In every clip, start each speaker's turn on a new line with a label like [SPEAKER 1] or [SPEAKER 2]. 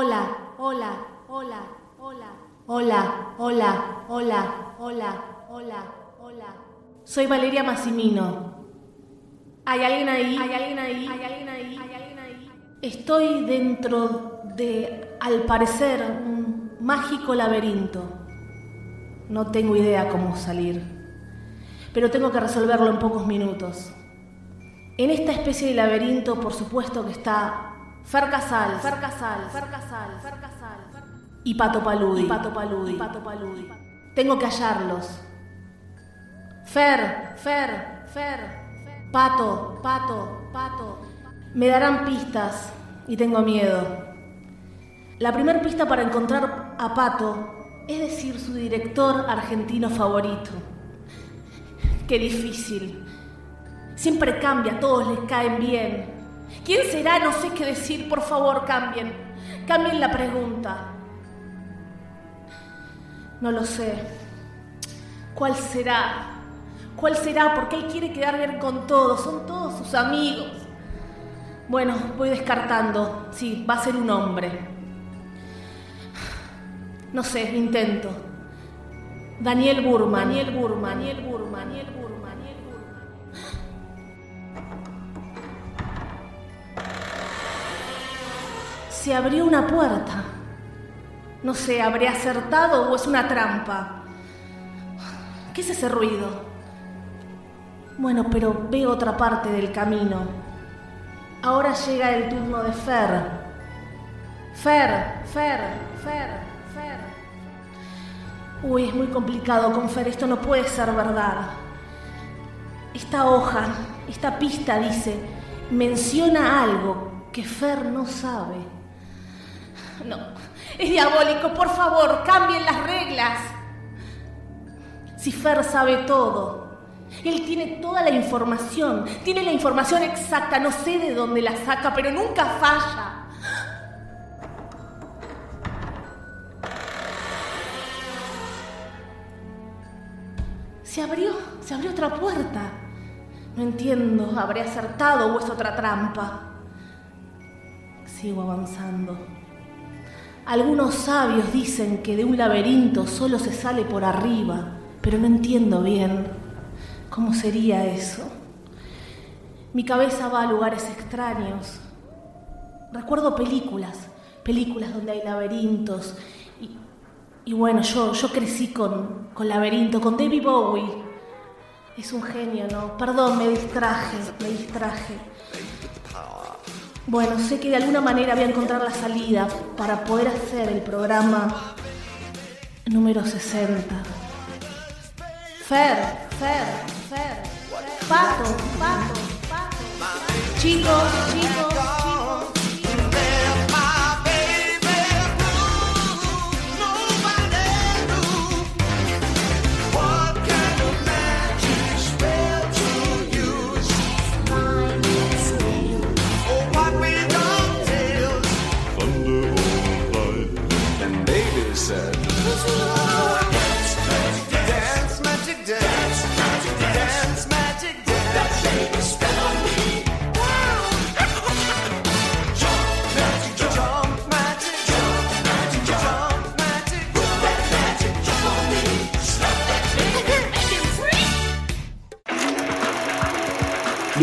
[SPEAKER 1] Hola, hola, hola, hola, hola, hola, hola, hola, hola, hola. Soy Valeria Massimino. ¿Hay alguien ahí? ¿Hay alguien ahí? ¿Hay alguien ahí? ¿Hay alguien ahí? Estoy dentro de, al parecer, un mágico laberinto. No tengo idea cómo salir, pero tengo que resolverlo en pocos minutos. En esta especie de laberinto, por supuesto que está Fer Casals, Fer Casals, Fer Casals, Fer Casals, Fer- y Pato Paludi, y Pato Paludi, y Pato Paludi. Tengo que hallarlos. Fer, Fer, Fer, Pato, Pato, Pato. Me darán pistas y tengo miedo. La primera pista para encontrar a Pato es decir su director argentino favorito. Qué difícil. Siempre cambia, todos les caen bien. ¿Quién será? No sé qué decir, por favor cambien. Cambien la pregunta. No lo sé. ¿Cuál será? ¿Cuál será? Porque él quiere quedar bien con todos, son todos sus amigos. Bueno, voy descartando. Sí, va a ser un hombre. No sé, intento. Daniel Burman, Daniel Burman, Daniel Burman, Daniel Burman, Daniel Burman. Se abrió una puerta. No sé, ¿habré acertado o es una trampa? ¿Qué es ese ruido? Bueno, pero veo otra parte del camino. Ahora llega el turno de Fer. Fer, Fer, Fer, Fer. Uy, es muy complicado con Fer, esto no puede ser verdad. Esta hoja, esta pista dice, menciona algo que Fer no sabe. No, es diabólico, por favor, cambien las reglas. Si Fer sabe todo, él tiene toda la información, tiene la información exacta, no sé de dónde la saca, pero nunca falla. Se abrió, se abrió otra puerta. No entiendo, ¿habré acertado o es otra trampa? Sigo avanzando. Algunos sabios dicen que de un laberinto solo se sale por arriba, pero no entiendo bien cómo sería eso. Mi cabeza va a lugares extraños. Recuerdo películas, películas donde hay laberintos y, y bueno, yo, yo crecí con, con Laberinto, con David Bowie. Es un genio, ¿no? Perdón, me distraje, me distraje. Bueno, sé que de alguna manera voy a encontrar la salida para poder hacer el programa número 60. Fer, Fer, Fer, Pato, Pato, Pato. Chicos, chicos, chicos.
[SPEAKER 2] Dance, magic dance, dance, magic dance.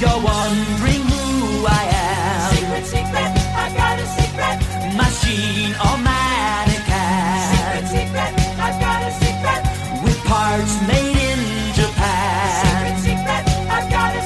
[SPEAKER 3] You're wondering who I am.
[SPEAKER 4] Secret, secret, I've got a secret.
[SPEAKER 3] Machine or
[SPEAKER 2] oh,
[SPEAKER 4] Secret,
[SPEAKER 3] mannequin.
[SPEAKER 4] secret, I've got a secret.
[SPEAKER 3] With parts made in Japan.
[SPEAKER 4] Secret, secret,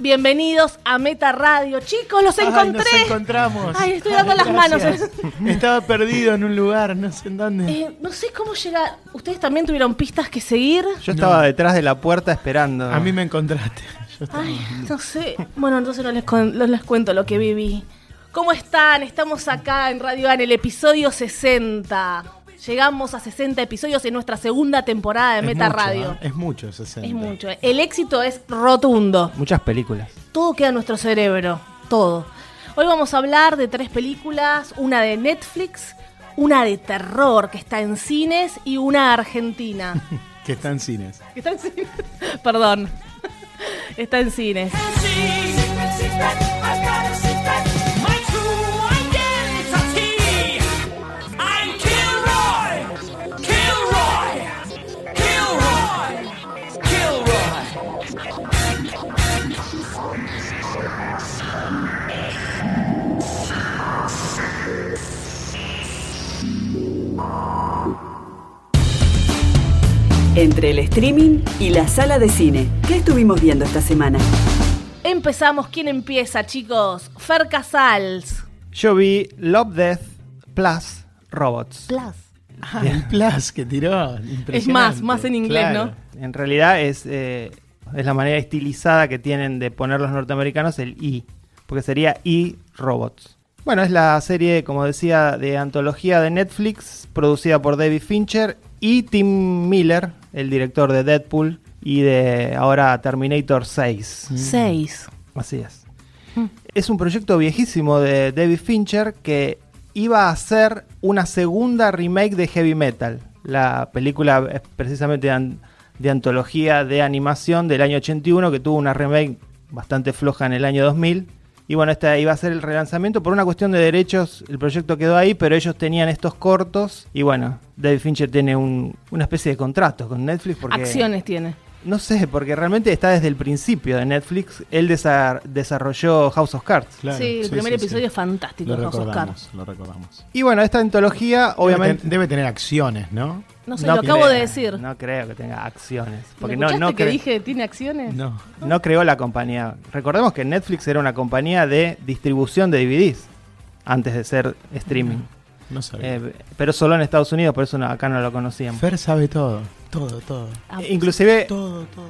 [SPEAKER 1] Bienvenidos a Meta Radio. Chicos, los
[SPEAKER 5] Ay,
[SPEAKER 1] encontré.
[SPEAKER 5] nos encontramos.
[SPEAKER 1] Ay, estoy dando las manos.
[SPEAKER 5] Gracias. Estaba perdido en un lugar, no sé en dónde.
[SPEAKER 1] Eh, no sé cómo llegar. ¿Ustedes también tuvieron pistas que seguir?
[SPEAKER 6] Yo estaba detrás de la puerta esperando.
[SPEAKER 5] A mí me encontraste. Yo estaba-
[SPEAKER 1] Ay, no sé. Bueno, entonces no les, con- no les cuento lo que viví. ¿Cómo están? Estamos acá en Radio A en el episodio 60. Llegamos a 60 episodios en nuestra segunda temporada de
[SPEAKER 5] Es
[SPEAKER 1] Meta
[SPEAKER 5] mucho,
[SPEAKER 1] Radio.
[SPEAKER 5] ¿eh? Es mucho, 60.
[SPEAKER 1] Es mucho. eh. El éxito es rotundo.
[SPEAKER 6] Muchas películas.
[SPEAKER 1] Todo queda en nuestro cerebro. Todo. Hoy vamos a hablar de tres películas: una de Netflix, una de terror que está en cines y una argentina.
[SPEAKER 5] Que está en cines.
[SPEAKER 1] que está en cines. Perdón. Está en cines.
[SPEAKER 2] Secret, secret, I've got a secret. My true identity. I'm Kilroy. Kilroy. Kilroy. Kilroy.
[SPEAKER 7] Entre el streaming y la sala de cine, ¿qué estuvimos viendo esta semana?
[SPEAKER 1] Empezamos. ¿Quién empieza, chicos? Fer Casals.
[SPEAKER 6] Yo vi Love Death Plus Robots.
[SPEAKER 1] Plus.
[SPEAKER 5] Ah, el plus que tiró.
[SPEAKER 1] Es más, más en inglés,
[SPEAKER 5] Claro.
[SPEAKER 1] ¿no?
[SPEAKER 6] En realidad es, eh, es la manera estilizada que tienen de poner los norteamericanos el I, porque sería I Robots. Bueno, es la serie, como decía, de antología de Netflix, producida por David Fincher y Tim Miller, el director de Deadpool y de ahora Terminator 6.
[SPEAKER 5] Mm.
[SPEAKER 1] Seis.
[SPEAKER 6] Así es. Es un proyecto viejísimo de David Fincher que iba a ser una segunda remake de Heavy Metal. La película es precisamente de, an- de antología de animación del año 81 que tuvo una remake bastante floja en el año 2000. Y bueno, esta iba a ser el relanzamiento. Por una cuestión de derechos, el proyecto quedó ahí, pero ellos tenían estos cortos. Y bueno, David Fincher tiene un- una especie de contrato con Netflix porque...
[SPEAKER 1] Acciones tiene.
[SPEAKER 6] No sé, porque realmente está desde el principio de Netflix. Él desa- desarrolló House of Cards.
[SPEAKER 5] Claro,
[SPEAKER 1] sí, el primer
[SPEAKER 5] sí,
[SPEAKER 1] episodio
[SPEAKER 5] sí.
[SPEAKER 1] es fantástico.
[SPEAKER 5] Lo
[SPEAKER 1] House of Cards.
[SPEAKER 5] recordamos, lo recordamos.
[SPEAKER 6] Y bueno, esta antología,
[SPEAKER 5] Obviamente.
[SPEAKER 6] obviamente.
[SPEAKER 5] Debe, tener acciones, ¿no?
[SPEAKER 1] No sé,
[SPEAKER 6] No
[SPEAKER 1] lo acabo
[SPEAKER 6] creo,
[SPEAKER 1] de decir.
[SPEAKER 6] No creo que tenga acciones. Porque
[SPEAKER 1] ¿Lo
[SPEAKER 6] no,
[SPEAKER 1] escuchaste
[SPEAKER 6] no,
[SPEAKER 1] que
[SPEAKER 6] cre-
[SPEAKER 1] dije tiene acciones?
[SPEAKER 5] No.
[SPEAKER 6] no creó la compañía. Recordemos que Netflix era una compañía de distribución de DVDs antes de ser streaming.
[SPEAKER 5] No sabía.
[SPEAKER 6] Eh, pero solo en Estados Unidos, por eso no- acá no lo conocíamos.
[SPEAKER 5] Fer sabe todo. Todo, todo.
[SPEAKER 1] Ah,
[SPEAKER 6] Inclusive
[SPEAKER 5] Todo, todo.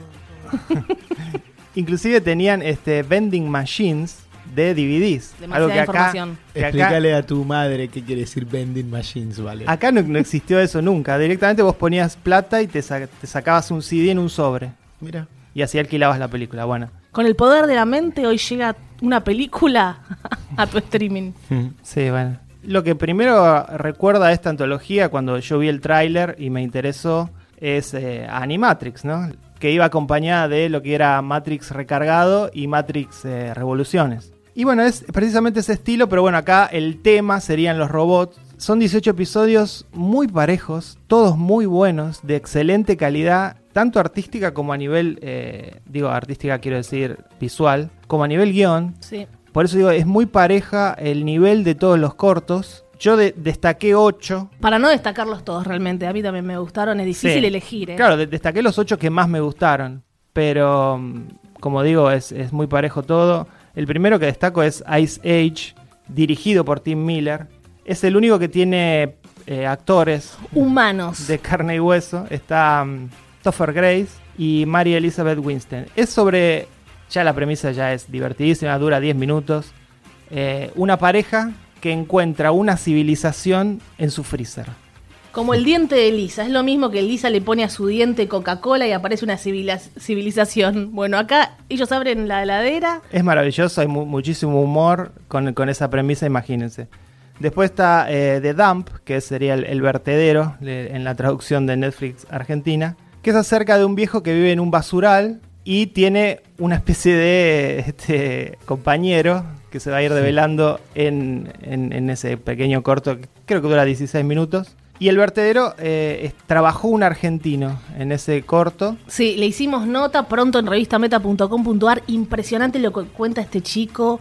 [SPEAKER 6] Inclusive tenían este vending machines de DVDs.
[SPEAKER 1] Demasiada
[SPEAKER 6] algo que acá,
[SPEAKER 1] información.
[SPEAKER 6] que acá-
[SPEAKER 5] Explícale a tu madre qué quiere decir vending machines, ¿vale?
[SPEAKER 6] acá no, no existió eso nunca. Directamente vos ponías plata y te, sa- te sacabas un CD en un sobre.
[SPEAKER 5] Mira.
[SPEAKER 6] Y así alquilabas la película. Bueno,
[SPEAKER 1] Con el poder de la mente hoy llega una película a tu streaming.
[SPEAKER 5] Mm.
[SPEAKER 6] sí, bueno. Lo que primero recuerda esta antología cuando yo vi el tráiler y me interesó es eh, Animatrix, ¿no? Que iba acompañada de lo que era Matrix recargado y Matrix eh, Revoluciones. Y bueno, es precisamente ese estilo, pero bueno, acá el tema serían los robots. Son 18 episodios muy parejos, todos muy buenos, de excelente calidad, tanto artística como a nivel, eh, digo artística quiero decir visual, como a nivel guión.
[SPEAKER 1] Sí.
[SPEAKER 6] Por eso digo, es muy pareja el nivel de todos los cortos. Yo de- destaqué 8.
[SPEAKER 1] Para no destacarlos todos realmente, a mí también me gustaron, es difícil elegir. ¿eh?
[SPEAKER 6] Claro, de- destaqué los 8 que más me gustaron. Pero, mm, como digo, es, es muy parejo todo. El primero que destaco es Ice Age, dirigido por Tim Miller. Es el único que tiene eh, actores
[SPEAKER 1] Humanos.
[SPEAKER 6] de carne y hueso. Está mm, Topher Grace y Mary Elizabeth Winston. Es sobre. Ya la premisa ya es divertidísima, dura 10 minutos. Eh, una pareja que encuentra una civilización en su freezer.
[SPEAKER 1] Como el diente de Lisa, es lo mismo que Lisa le pone a su diente Coca-Cola y aparece una civila- civilización. Bueno, acá ellos abren la heladera.
[SPEAKER 6] Es maravilloso, hay mu- muchísimo humor con, con esa premisa, imagínense. Después está eh, The Dump, que sería el, el vertedero le- en la traducción de Netflix Argentina, que es acerca de un viejo que vive en un basural y tiene una especie de este, compañero que se va a ir develando en, en- en ese pequeño corto, que creo que dura 16 minutos. Y el vertedero eh, es- trabajó un argentino en ese corto.
[SPEAKER 1] Sí, le hicimos nota pronto en revistameta.com.ar. Impresionante lo que cuenta este chico,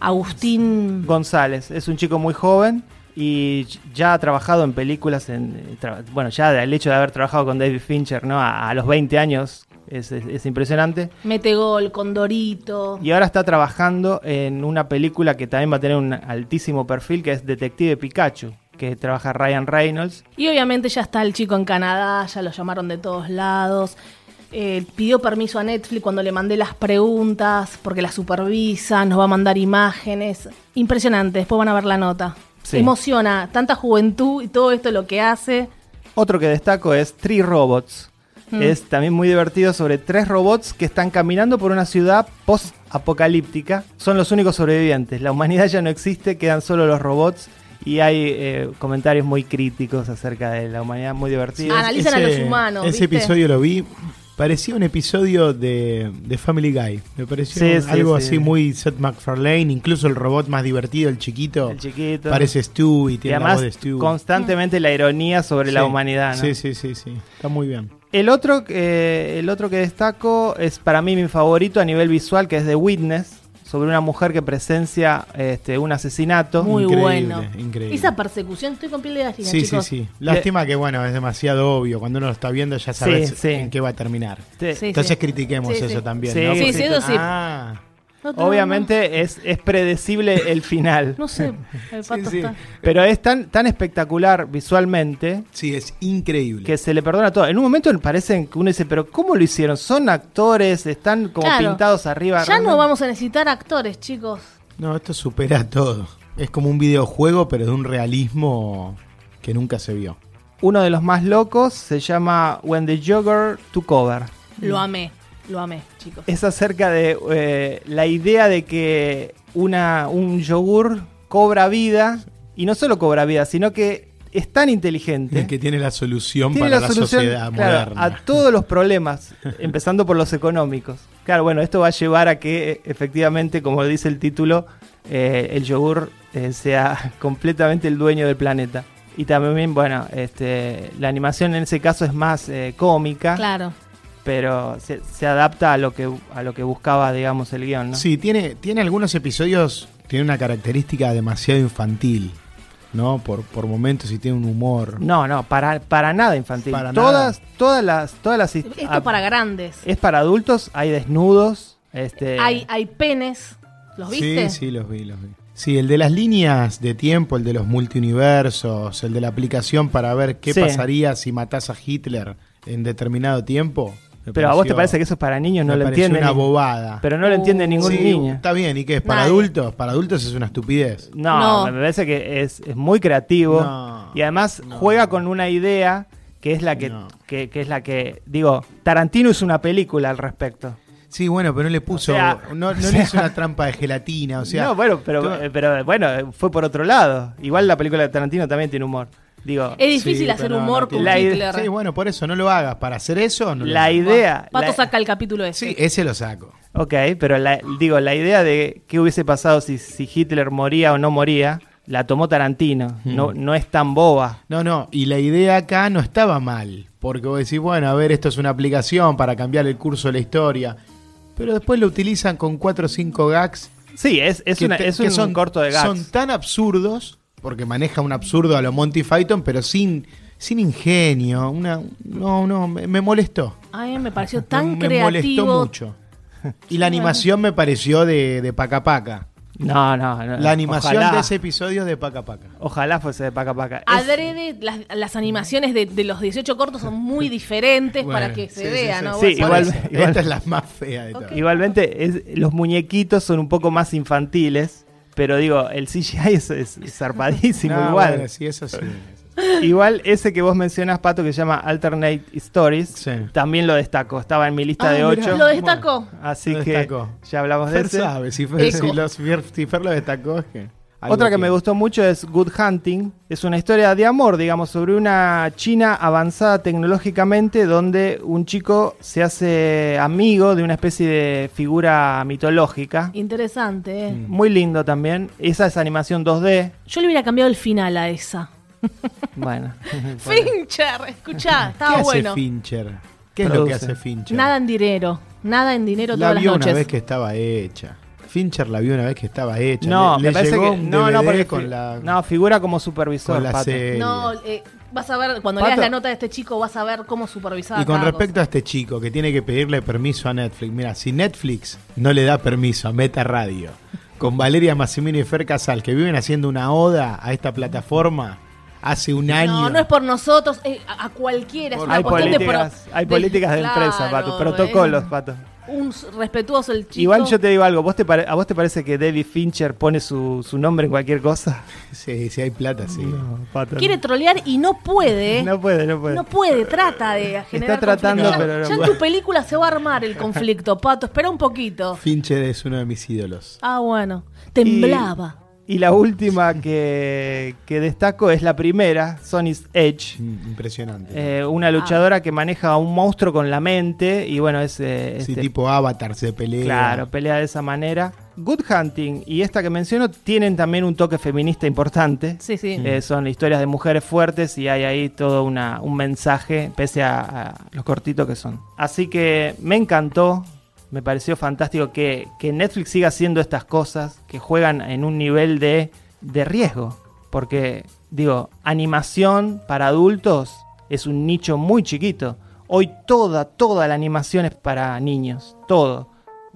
[SPEAKER 1] Agustín.
[SPEAKER 6] González. Es un chico muy joven y ya ha trabajado en eh, películas, en, tra- bueno, ya el hecho de haber trabajado con David Fincher, ¿no? A, a los 20 años, es, es- es impresionante.
[SPEAKER 8] Mete gol, Condorito.
[SPEAKER 6] Y ahora está trabajando en una película que también va a tener un altísimo perfil, que es Detective Pikachu, que trabaja Ryan Reynolds.
[SPEAKER 8] Y obviamente ya está el chico en Canadá, ya lo llamaron de todos lados. Eh, pidió permiso a Netflix cuando le mandé las preguntas, porque la supervisa, nos va a mandar imágenes. Impresionante, después van a ver la nota.
[SPEAKER 6] Sí.
[SPEAKER 8] Emociona, tanta juventud y todo esto lo que hace.
[SPEAKER 6] Otro que destaco es Three Robots.
[SPEAKER 8] Mm.
[SPEAKER 6] Es también muy divertido sobre tres robots que están caminando por una ciudad post-apocalíptica. Son los únicos sobrevivientes. La humanidad ya no existe, quedan solo los robots. Y hay eh, comentarios muy críticos acerca de la humanidad, muy divertido.
[SPEAKER 8] Ah, Analizan a los humanos,
[SPEAKER 5] Ese
[SPEAKER 8] ¿viste?
[SPEAKER 5] episodio lo vi. Parecía un episodio de, de Family Guy. Me pareció
[SPEAKER 6] Sí,
[SPEAKER 5] un-
[SPEAKER 6] sí,
[SPEAKER 5] algo
[SPEAKER 6] sí.
[SPEAKER 5] así muy Seth McFarlane. Incluso el robot más divertido, el chiquito.
[SPEAKER 6] El chiquito.
[SPEAKER 5] Parece Stu y
[SPEAKER 6] Y
[SPEAKER 5] tiene la voz
[SPEAKER 6] además
[SPEAKER 5] de Stu.
[SPEAKER 6] constantemente la ironía sobre la
[SPEAKER 5] Sí.
[SPEAKER 6] humanidad. ¿no?
[SPEAKER 5] Sí, sí, sí, sí. Está muy bien.
[SPEAKER 6] El otro, que- el otro que destaco es para mí mi favorito a nivel visual, que es The Witness, sobre una mujer que presencia este, un asesinato.
[SPEAKER 8] Muy
[SPEAKER 5] Increíble,
[SPEAKER 8] bueno.
[SPEAKER 5] increíble.
[SPEAKER 8] Esa persecución, estoy con piel de gallina,
[SPEAKER 5] Sí,
[SPEAKER 8] chicos.
[SPEAKER 5] sí, sí. Lástima que, bueno, es demasiado obvio. Cuando uno lo está viendo ya sabes
[SPEAKER 6] Sí, sí.
[SPEAKER 5] en qué va a terminar.
[SPEAKER 6] Te-
[SPEAKER 8] Sí.
[SPEAKER 5] Entonces critiquemos
[SPEAKER 8] Sí,
[SPEAKER 5] eso
[SPEAKER 8] sí.
[SPEAKER 5] también,
[SPEAKER 6] Sí.
[SPEAKER 5] ¿no?
[SPEAKER 6] Sí,
[SPEAKER 5] Porque-
[SPEAKER 8] sí, eso sí.
[SPEAKER 5] Ah,
[SPEAKER 8] No te-
[SPEAKER 6] Obviamente es, es predecible el final,
[SPEAKER 8] No sé, el pato
[SPEAKER 5] sí.
[SPEAKER 8] está.
[SPEAKER 6] pero es tan, tan espectacular visualmente
[SPEAKER 5] sí, es increíble.
[SPEAKER 6] que se le perdona todo. En un momento parecen que uno dice, pero ¿cómo lo hicieron? Son actores, están como
[SPEAKER 8] Claro.
[SPEAKER 6] pintados arriba.
[SPEAKER 8] Ya
[SPEAKER 6] realmente.
[SPEAKER 8] no vamos a necesitar actores, chicos.
[SPEAKER 5] No, esto supera todo. Es como un videojuego, pero de un realismo que nunca se vio.
[SPEAKER 6] Uno de los más locos se llama When the Jogger Took Over.
[SPEAKER 8] Lo amé, lo amé, chicos.
[SPEAKER 6] es acerca de eh, la idea de que una, un yogur cobra vida, y no solo cobra vida, sino que es tan inteligente.
[SPEAKER 5] El que tiene la solución
[SPEAKER 6] tiene
[SPEAKER 5] para
[SPEAKER 6] la
[SPEAKER 5] la,
[SPEAKER 6] solución
[SPEAKER 5] sociedad
[SPEAKER 6] claro,
[SPEAKER 5] moderna.
[SPEAKER 6] a todos los problemas, empezando por los económicos. Claro, bueno, esto va a llevar a que eh, efectivamente, como dice el título, eh, el yogur eh, sea completamente el dueño del planeta. Y también, bueno, este, la animación en ese caso es más eh, cómica
[SPEAKER 8] Claro.
[SPEAKER 6] pero se, se adapta a lo que a lo que buscaba, digamos, el guión, ¿no?
[SPEAKER 5] Sí, tiene, tiene algunos episodios, tiene una característica demasiado infantil, ¿no? Por, por momentos y tiene un humor.
[SPEAKER 6] No, no, para, para nada infantil.
[SPEAKER 5] Para
[SPEAKER 6] todas, todas las, todas las hist-
[SPEAKER 8] Esto
[SPEAKER 6] a-
[SPEAKER 8] para grandes.
[SPEAKER 6] es para adultos, hay desnudos,
[SPEAKER 5] Eh.
[SPEAKER 6] este
[SPEAKER 8] Hay, hay penes. ¿Los viste?
[SPEAKER 5] Sí, sí, los vi, los vi. Sí, el de las líneas de tiempo, el de los multiuniversos, el de la aplicación para ver qué
[SPEAKER 6] Sí.
[SPEAKER 5] pasaría si matás a Hitler en determinado tiempo. me
[SPEAKER 6] pero a vos te
[SPEAKER 5] pareció-
[SPEAKER 6] parece que eso es para niños, no
[SPEAKER 5] me
[SPEAKER 6] lo
[SPEAKER 5] pareció
[SPEAKER 6] entienden.
[SPEAKER 5] una bobada.
[SPEAKER 6] Pero no lo entiende ningún
[SPEAKER 5] Sí,
[SPEAKER 6] niño.
[SPEAKER 5] Está bien, ¿y qué es? ¿Para
[SPEAKER 8] Nadie.
[SPEAKER 5] adultos? Para adultos es una estupidez.
[SPEAKER 6] No,
[SPEAKER 8] No.
[SPEAKER 6] me parece que es, es muy creativo
[SPEAKER 5] No,
[SPEAKER 6] y además juega con una idea que es la que,
[SPEAKER 5] No.
[SPEAKER 6] que, que es la que digo, Tarantino hizo una película al respecto.
[SPEAKER 5] Sí, bueno, pero no le puso.
[SPEAKER 6] O sea,
[SPEAKER 5] no no
[SPEAKER 6] o
[SPEAKER 5] le
[SPEAKER 6] sea-
[SPEAKER 5] hizo una trampa de gelatina, o sea.
[SPEAKER 6] no, bueno, pero,
[SPEAKER 5] todo-
[SPEAKER 6] eh, pero bueno, eh, fue por otro lado. Igual la película de Tarantino también tiene humor. Digo,
[SPEAKER 8] Es difícil
[SPEAKER 5] Sí,
[SPEAKER 8] hacer
[SPEAKER 5] pero no,
[SPEAKER 8] humor
[SPEAKER 5] no
[SPEAKER 8] con
[SPEAKER 6] tiene- La idea-
[SPEAKER 8] Hitler.
[SPEAKER 5] Sí, bueno, por eso no lo hagas. Para hacer eso, no lo
[SPEAKER 6] la
[SPEAKER 5] hagas.
[SPEAKER 6] idea.
[SPEAKER 8] Pato
[SPEAKER 6] la-
[SPEAKER 8] saca el capítulo ese.
[SPEAKER 5] Sí, ese lo saco.
[SPEAKER 6] Ok, pero la- digo, la idea de qué hubiese pasado si, si Hitler moría o no moría, la tomó Tarantino. No,
[SPEAKER 5] Hmm.
[SPEAKER 6] no es tan boba.
[SPEAKER 5] No, no, y la idea acá no estaba mal, porque vos decís, bueno, a ver, esto es una aplicación para cambiar el curso de la historia, pero después lo utilizan con 4 o 5 gags
[SPEAKER 6] Sí, es, es, una-
[SPEAKER 5] te-
[SPEAKER 6] es un corto de gags.
[SPEAKER 5] Son tan absurdos, porque maneja un absurdo a lo Monty Python, pero sin, sin ingenio, una, no, no, me, me molestó.
[SPEAKER 8] A mí me pareció tan
[SPEAKER 5] me
[SPEAKER 8] creativo.
[SPEAKER 5] molestó mucho. Y la animación me pareció de, de Paca Paca.
[SPEAKER 6] No, no, no.
[SPEAKER 5] La animación
[SPEAKER 6] Ah, ojalá,
[SPEAKER 5] de ese episodio es de Paca Paca.
[SPEAKER 6] Ojalá fuese de Paca Paca. Es-
[SPEAKER 8] Adrede, las, las animaciones de, de los 18 cortos son muy diferentes para
[SPEAKER 5] Bueno,
[SPEAKER 8] que se
[SPEAKER 5] sí, sí,
[SPEAKER 8] vea,
[SPEAKER 5] sí,
[SPEAKER 8] ¿no?
[SPEAKER 5] sí.
[SPEAKER 8] Vos
[SPEAKER 6] Sí,
[SPEAKER 8] sabés.
[SPEAKER 5] Por
[SPEAKER 6] igual-
[SPEAKER 5] eso,
[SPEAKER 6] igual-
[SPEAKER 5] Esta es la más fea de todas.
[SPEAKER 6] Igualmente, es- los muñequitos son un poco más infantiles, pero digo, el CGI es, es zarpadísimo
[SPEAKER 5] No,
[SPEAKER 6] igual.
[SPEAKER 5] bueno, sí, eso sí.
[SPEAKER 6] Igual ese que vos mencionas, Pato, que se llama Alternate Stories,
[SPEAKER 5] Sí.
[SPEAKER 6] también lo destaco. Estaba en mi lista
[SPEAKER 5] Ah,
[SPEAKER 6] de
[SPEAKER 5] mirá.
[SPEAKER 6] ocho.
[SPEAKER 8] Lo destacó.
[SPEAKER 6] Así
[SPEAKER 5] Lo
[SPEAKER 6] que
[SPEAKER 5] destacó.
[SPEAKER 6] ya hablamos de
[SPEAKER 5] Fer
[SPEAKER 6] ese.
[SPEAKER 5] sabe, si Fer,
[SPEAKER 8] Eco.
[SPEAKER 5] si los- si Fer lo destacó es que... algo
[SPEAKER 6] Otra que me
[SPEAKER 5] tiene.
[SPEAKER 6] gustó mucho es Good Hunting. Es una historia de amor, digamos, sobre una China avanzada tecnológicamente donde un chico se hace amigo de una especie de figura mitológica.
[SPEAKER 8] Interesante, ¿eh?
[SPEAKER 5] Mm.
[SPEAKER 6] Muy lindo también. Esa es animación 2D.
[SPEAKER 8] Yo le hubiera cambiado el final a esa.
[SPEAKER 6] Bueno.
[SPEAKER 8] Fincher, escuchá,
[SPEAKER 5] ¿Qué
[SPEAKER 8] estaba
[SPEAKER 5] hace
[SPEAKER 8] bueno.
[SPEAKER 5] Fincher? ¿Qué es lo que
[SPEAKER 6] Produce.
[SPEAKER 5] hace Fincher?
[SPEAKER 8] Nada en dinero, nada en dinero
[SPEAKER 5] La
[SPEAKER 8] todas las
[SPEAKER 5] vio una
[SPEAKER 8] noches.
[SPEAKER 5] vez que estaba hecha. Fincher la vio una vez que estaba hecha.
[SPEAKER 6] No,
[SPEAKER 5] le,
[SPEAKER 6] me
[SPEAKER 5] le
[SPEAKER 6] parece
[SPEAKER 5] llegó
[SPEAKER 6] que
[SPEAKER 5] un
[SPEAKER 6] no, no,
[SPEAKER 5] DVD
[SPEAKER 6] porque
[SPEAKER 5] con
[SPEAKER 6] fi-
[SPEAKER 5] la,
[SPEAKER 6] no, figura como supervisor,
[SPEAKER 5] con la
[SPEAKER 6] Pato.
[SPEAKER 5] serie.
[SPEAKER 8] No, eh, Vas a ver, cuando
[SPEAKER 5] Pato-
[SPEAKER 8] leas la nota de este chico, vas a ver cómo supervisaba.
[SPEAKER 5] Y con
[SPEAKER 8] cada
[SPEAKER 5] respecto a este chico que tiene que pedirle permiso a Netflix, mira, si Netflix no le da permiso a Meta Radio, con Valeria Massimino y Fer Casal, que viven haciendo una oda a esta plataforma hace un
[SPEAKER 8] cosa.
[SPEAKER 5] año.
[SPEAKER 8] No, no es por nosotros, eh, a, a cualquiera. Es una
[SPEAKER 6] Hay
[SPEAKER 8] cuestión de pro-
[SPEAKER 6] políticas, hay
[SPEAKER 8] del-
[SPEAKER 6] políticas de empresa,
[SPEAKER 8] claro,
[SPEAKER 6] Pato, protocolos,
[SPEAKER 8] eh.
[SPEAKER 6] Pato.
[SPEAKER 8] Un s- respetuoso el chico.
[SPEAKER 6] Igual yo te digo algo, ¿vos te pare- ¿a vos te parece que David Fincher pone su, su nombre en cualquier cosa?
[SPEAKER 5] Sí, si hay plata, sí.
[SPEAKER 6] No, Pato.
[SPEAKER 8] Quiere trolear y no puede. eh,
[SPEAKER 6] No puede, no puede.
[SPEAKER 8] No puede, trata de generar
[SPEAKER 6] tratando,
[SPEAKER 8] conflicto. ya,
[SPEAKER 6] pero no
[SPEAKER 8] ya en
[SPEAKER 6] puede.
[SPEAKER 8] tu película se va a armar el conflicto, Pato. Espera un poquito.
[SPEAKER 5] Fincher es uno de mis ídolos.
[SPEAKER 8] Ah, bueno. Temblaba.
[SPEAKER 6] Y la última que, que destaco es la primera, Sony's Edge.
[SPEAKER 5] Mm, Impresionante.
[SPEAKER 6] eh,
[SPEAKER 8] Ah.
[SPEAKER 6] una luchadora que maneja a un monstruo con la mente y bueno, es eh,
[SPEAKER 5] Sí,
[SPEAKER 6] este,
[SPEAKER 5] tipo Avatar se pelea.
[SPEAKER 6] Claro, pelea de esa manera. Good Hunting y esta que menciono tienen también un toque feminista importante.
[SPEAKER 8] Sí, sí.
[SPEAKER 6] Eh, son historias de mujeres fuertes y hay ahí todo una- un mensaje, pese a, a los cortitos que son. Así que me encantó, me pareció fantástico que, que Netflix siga haciendo estas cosas, que juegan en un nivel de, de riesgo. Porque, digo, animación para adultos es un nicho muy chiquito. Hoy toda, toda la animación es para niños, todo.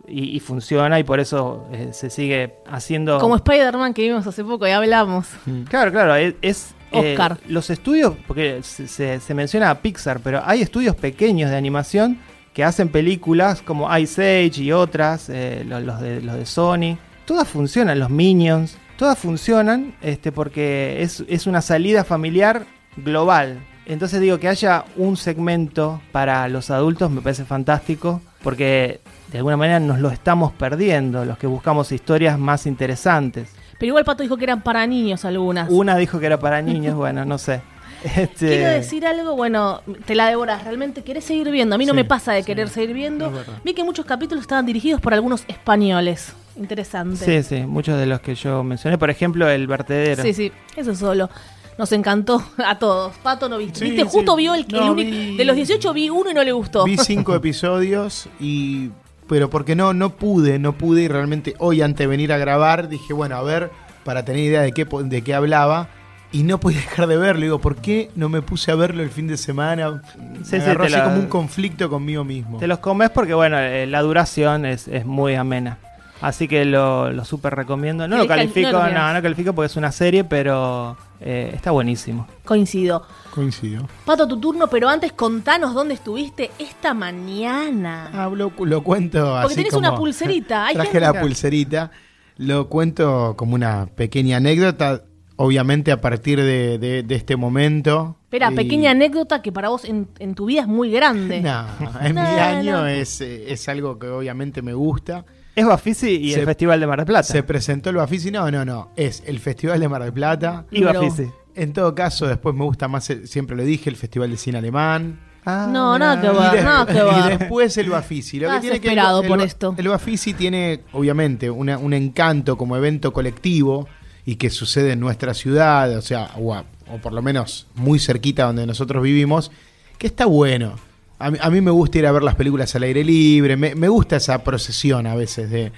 [SPEAKER 6] Y, y funciona y por eso eh, se sigue haciendo...
[SPEAKER 8] Como Spider-Man que vimos hace poco y hablamos.
[SPEAKER 6] Claro, claro, es... es, eh,
[SPEAKER 8] Oscar.
[SPEAKER 6] los estudios, porque se, se- se menciona a Pixar, pero hay estudios pequeños de animación que hacen películas como Ice Age y otras, eh, lo- los, de, los de Sony. Todas funcionan, los Minions, todas funcionan este, porque es, es una salida familiar global. Entonces digo que haya un segmento para los adultos me parece fantástico porque de alguna manera nos lo estamos perdiendo, los que buscamos historias más interesantes.
[SPEAKER 8] Pero igual Pato dijo que eran para niños algunas.
[SPEAKER 6] Una dijo que era para niños, bueno, no sé. Este,
[SPEAKER 8] Quiero decir algo, bueno, te la devoras, realmente querés seguir viendo. A mí no
[SPEAKER 5] Sí,
[SPEAKER 8] me pasa de querer seguir viendo. Vi que muchos capítulos estaban dirigidos por algunos españoles. Interesante.
[SPEAKER 6] Sí, sí, muchos de los que yo mencioné. Por ejemplo, el vertedero.
[SPEAKER 8] Sí, sí, eso solo. Nos encantó a todos. Pato no viste.
[SPEAKER 5] Sí,
[SPEAKER 8] viste,
[SPEAKER 5] sí.
[SPEAKER 8] justo vio el, que- el
[SPEAKER 5] No,
[SPEAKER 8] único.
[SPEAKER 5] vi-
[SPEAKER 8] De los 18 vi uno y no le gustó.
[SPEAKER 5] Vi cinco episodios y. Pero porque no, no pude, no pude y realmente hoy antes de venir a grabar dije, bueno, a ver, para tener idea de qué, po- de qué hablaba. Y no podía dejar de verlo. Digo, ¿por qué no me puse a verlo el fin de semana? Me
[SPEAKER 6] Sí, sí,
[SPEAKER 5] agarró
[SPEAKER 6] te
[SPEAKER 5] así
[SPEAKER 6] la-
[SPEAKER 5] como un conflicto conmigo mismo.
[SPEAKER 6] Te los comes porque, bueno, eh, la duración es, es muy amena. Así que lo, lo súper recomiendo. No lo
[SPEAKER 8] ¿Querés cal-
[SPEAKER 6] califico,
[SPEAKER 8] no lo
[SPEAKER 6] no,
[SPEAKER 8] veas?
[SPEAKER 6] no, califico porque es una serie, pero eh, está buenísimo.
[SPEAKER 8] Coincido.
[SPEAKER 5] Coincido.
[SPEAKER 8] Pato, tu turno, pero antes contanos dónde estuviste esta mañana.
[SPEAKER 5] Ah, lo, lo cuento así
[SPEAKER 8] tenés
[SPEAKER 5] como-
[SPEAKER 8] una pulserita, hay
[SPEAKER 5] traje
[SPEAKER 8] gente
[SPEAKER 5] la
[SPEAKER 8] que-
[SPEAKER 5] pulserita. Lo cuento como una pequeña anécdota. Obviamente a partir de, de- de este momento.
[SPEAKER 8] Espera,
[SPEAKER 5] y-
[SPEAKER 8] pequeña anécdota que para vos en, en tu vida es muy grande.
[SPEAKER 5] No, en
[SPEAKER 8] Este. No,
[SPEAKER 5] mi año
[SPEAKER 8] no.
[SPEAKER 5] Es, eh, es algo que obviamente me gusta.
[SPEAKER 6] Es Bafisi y
[SPEAKER 5] Se-
[SPEAKER 6] el Festival de Mar del Plata.
[SPEAKER 5] Se presentó el Bafisi. No, no, no. Es el Festival de Mar del Plata.
[SPEAKER 6] y
[SPEAKER 8] Número-
[SPEAKER 6] Bafisi.
[SPEAKER 5] En todo caso, después me gusta más, eh, siempre lo dije, el Festival de Cine Alemán.
[SPEAKER 6] Ah,
[SPEAKER 8] No,
[SPEAKER 6] mirá.
[SPEAKER 8] nada que ver.
[SPEAKER 5] Y, des-
[SPEAKER 8] no, qué
[SPEAKER 5] y
[SPEAKER 8] va.
[SPEAKER 5] después el Bafisi. Lo que
[SPEAKER 8] Estás
[SPEAKER 5] tiene que
[SPEAKER 8] esperado
[SPEAKER 5] el-
[SPEAKER 8] por
[SPEAKER 5] el-
[SPEAKER 8] esto.
[SPEAKER 5] El Bafisi tiene, obviamente, una- un encanto como evento colectivo y que sucede en nuestra ciudad, o sea, o, a- o por lo menos muy cerquita donde nosotros vivimos, que está bueno. A mí, a mí me gusta ir a ver las películas al aire libre, me, me gusta esa procesión a veces de,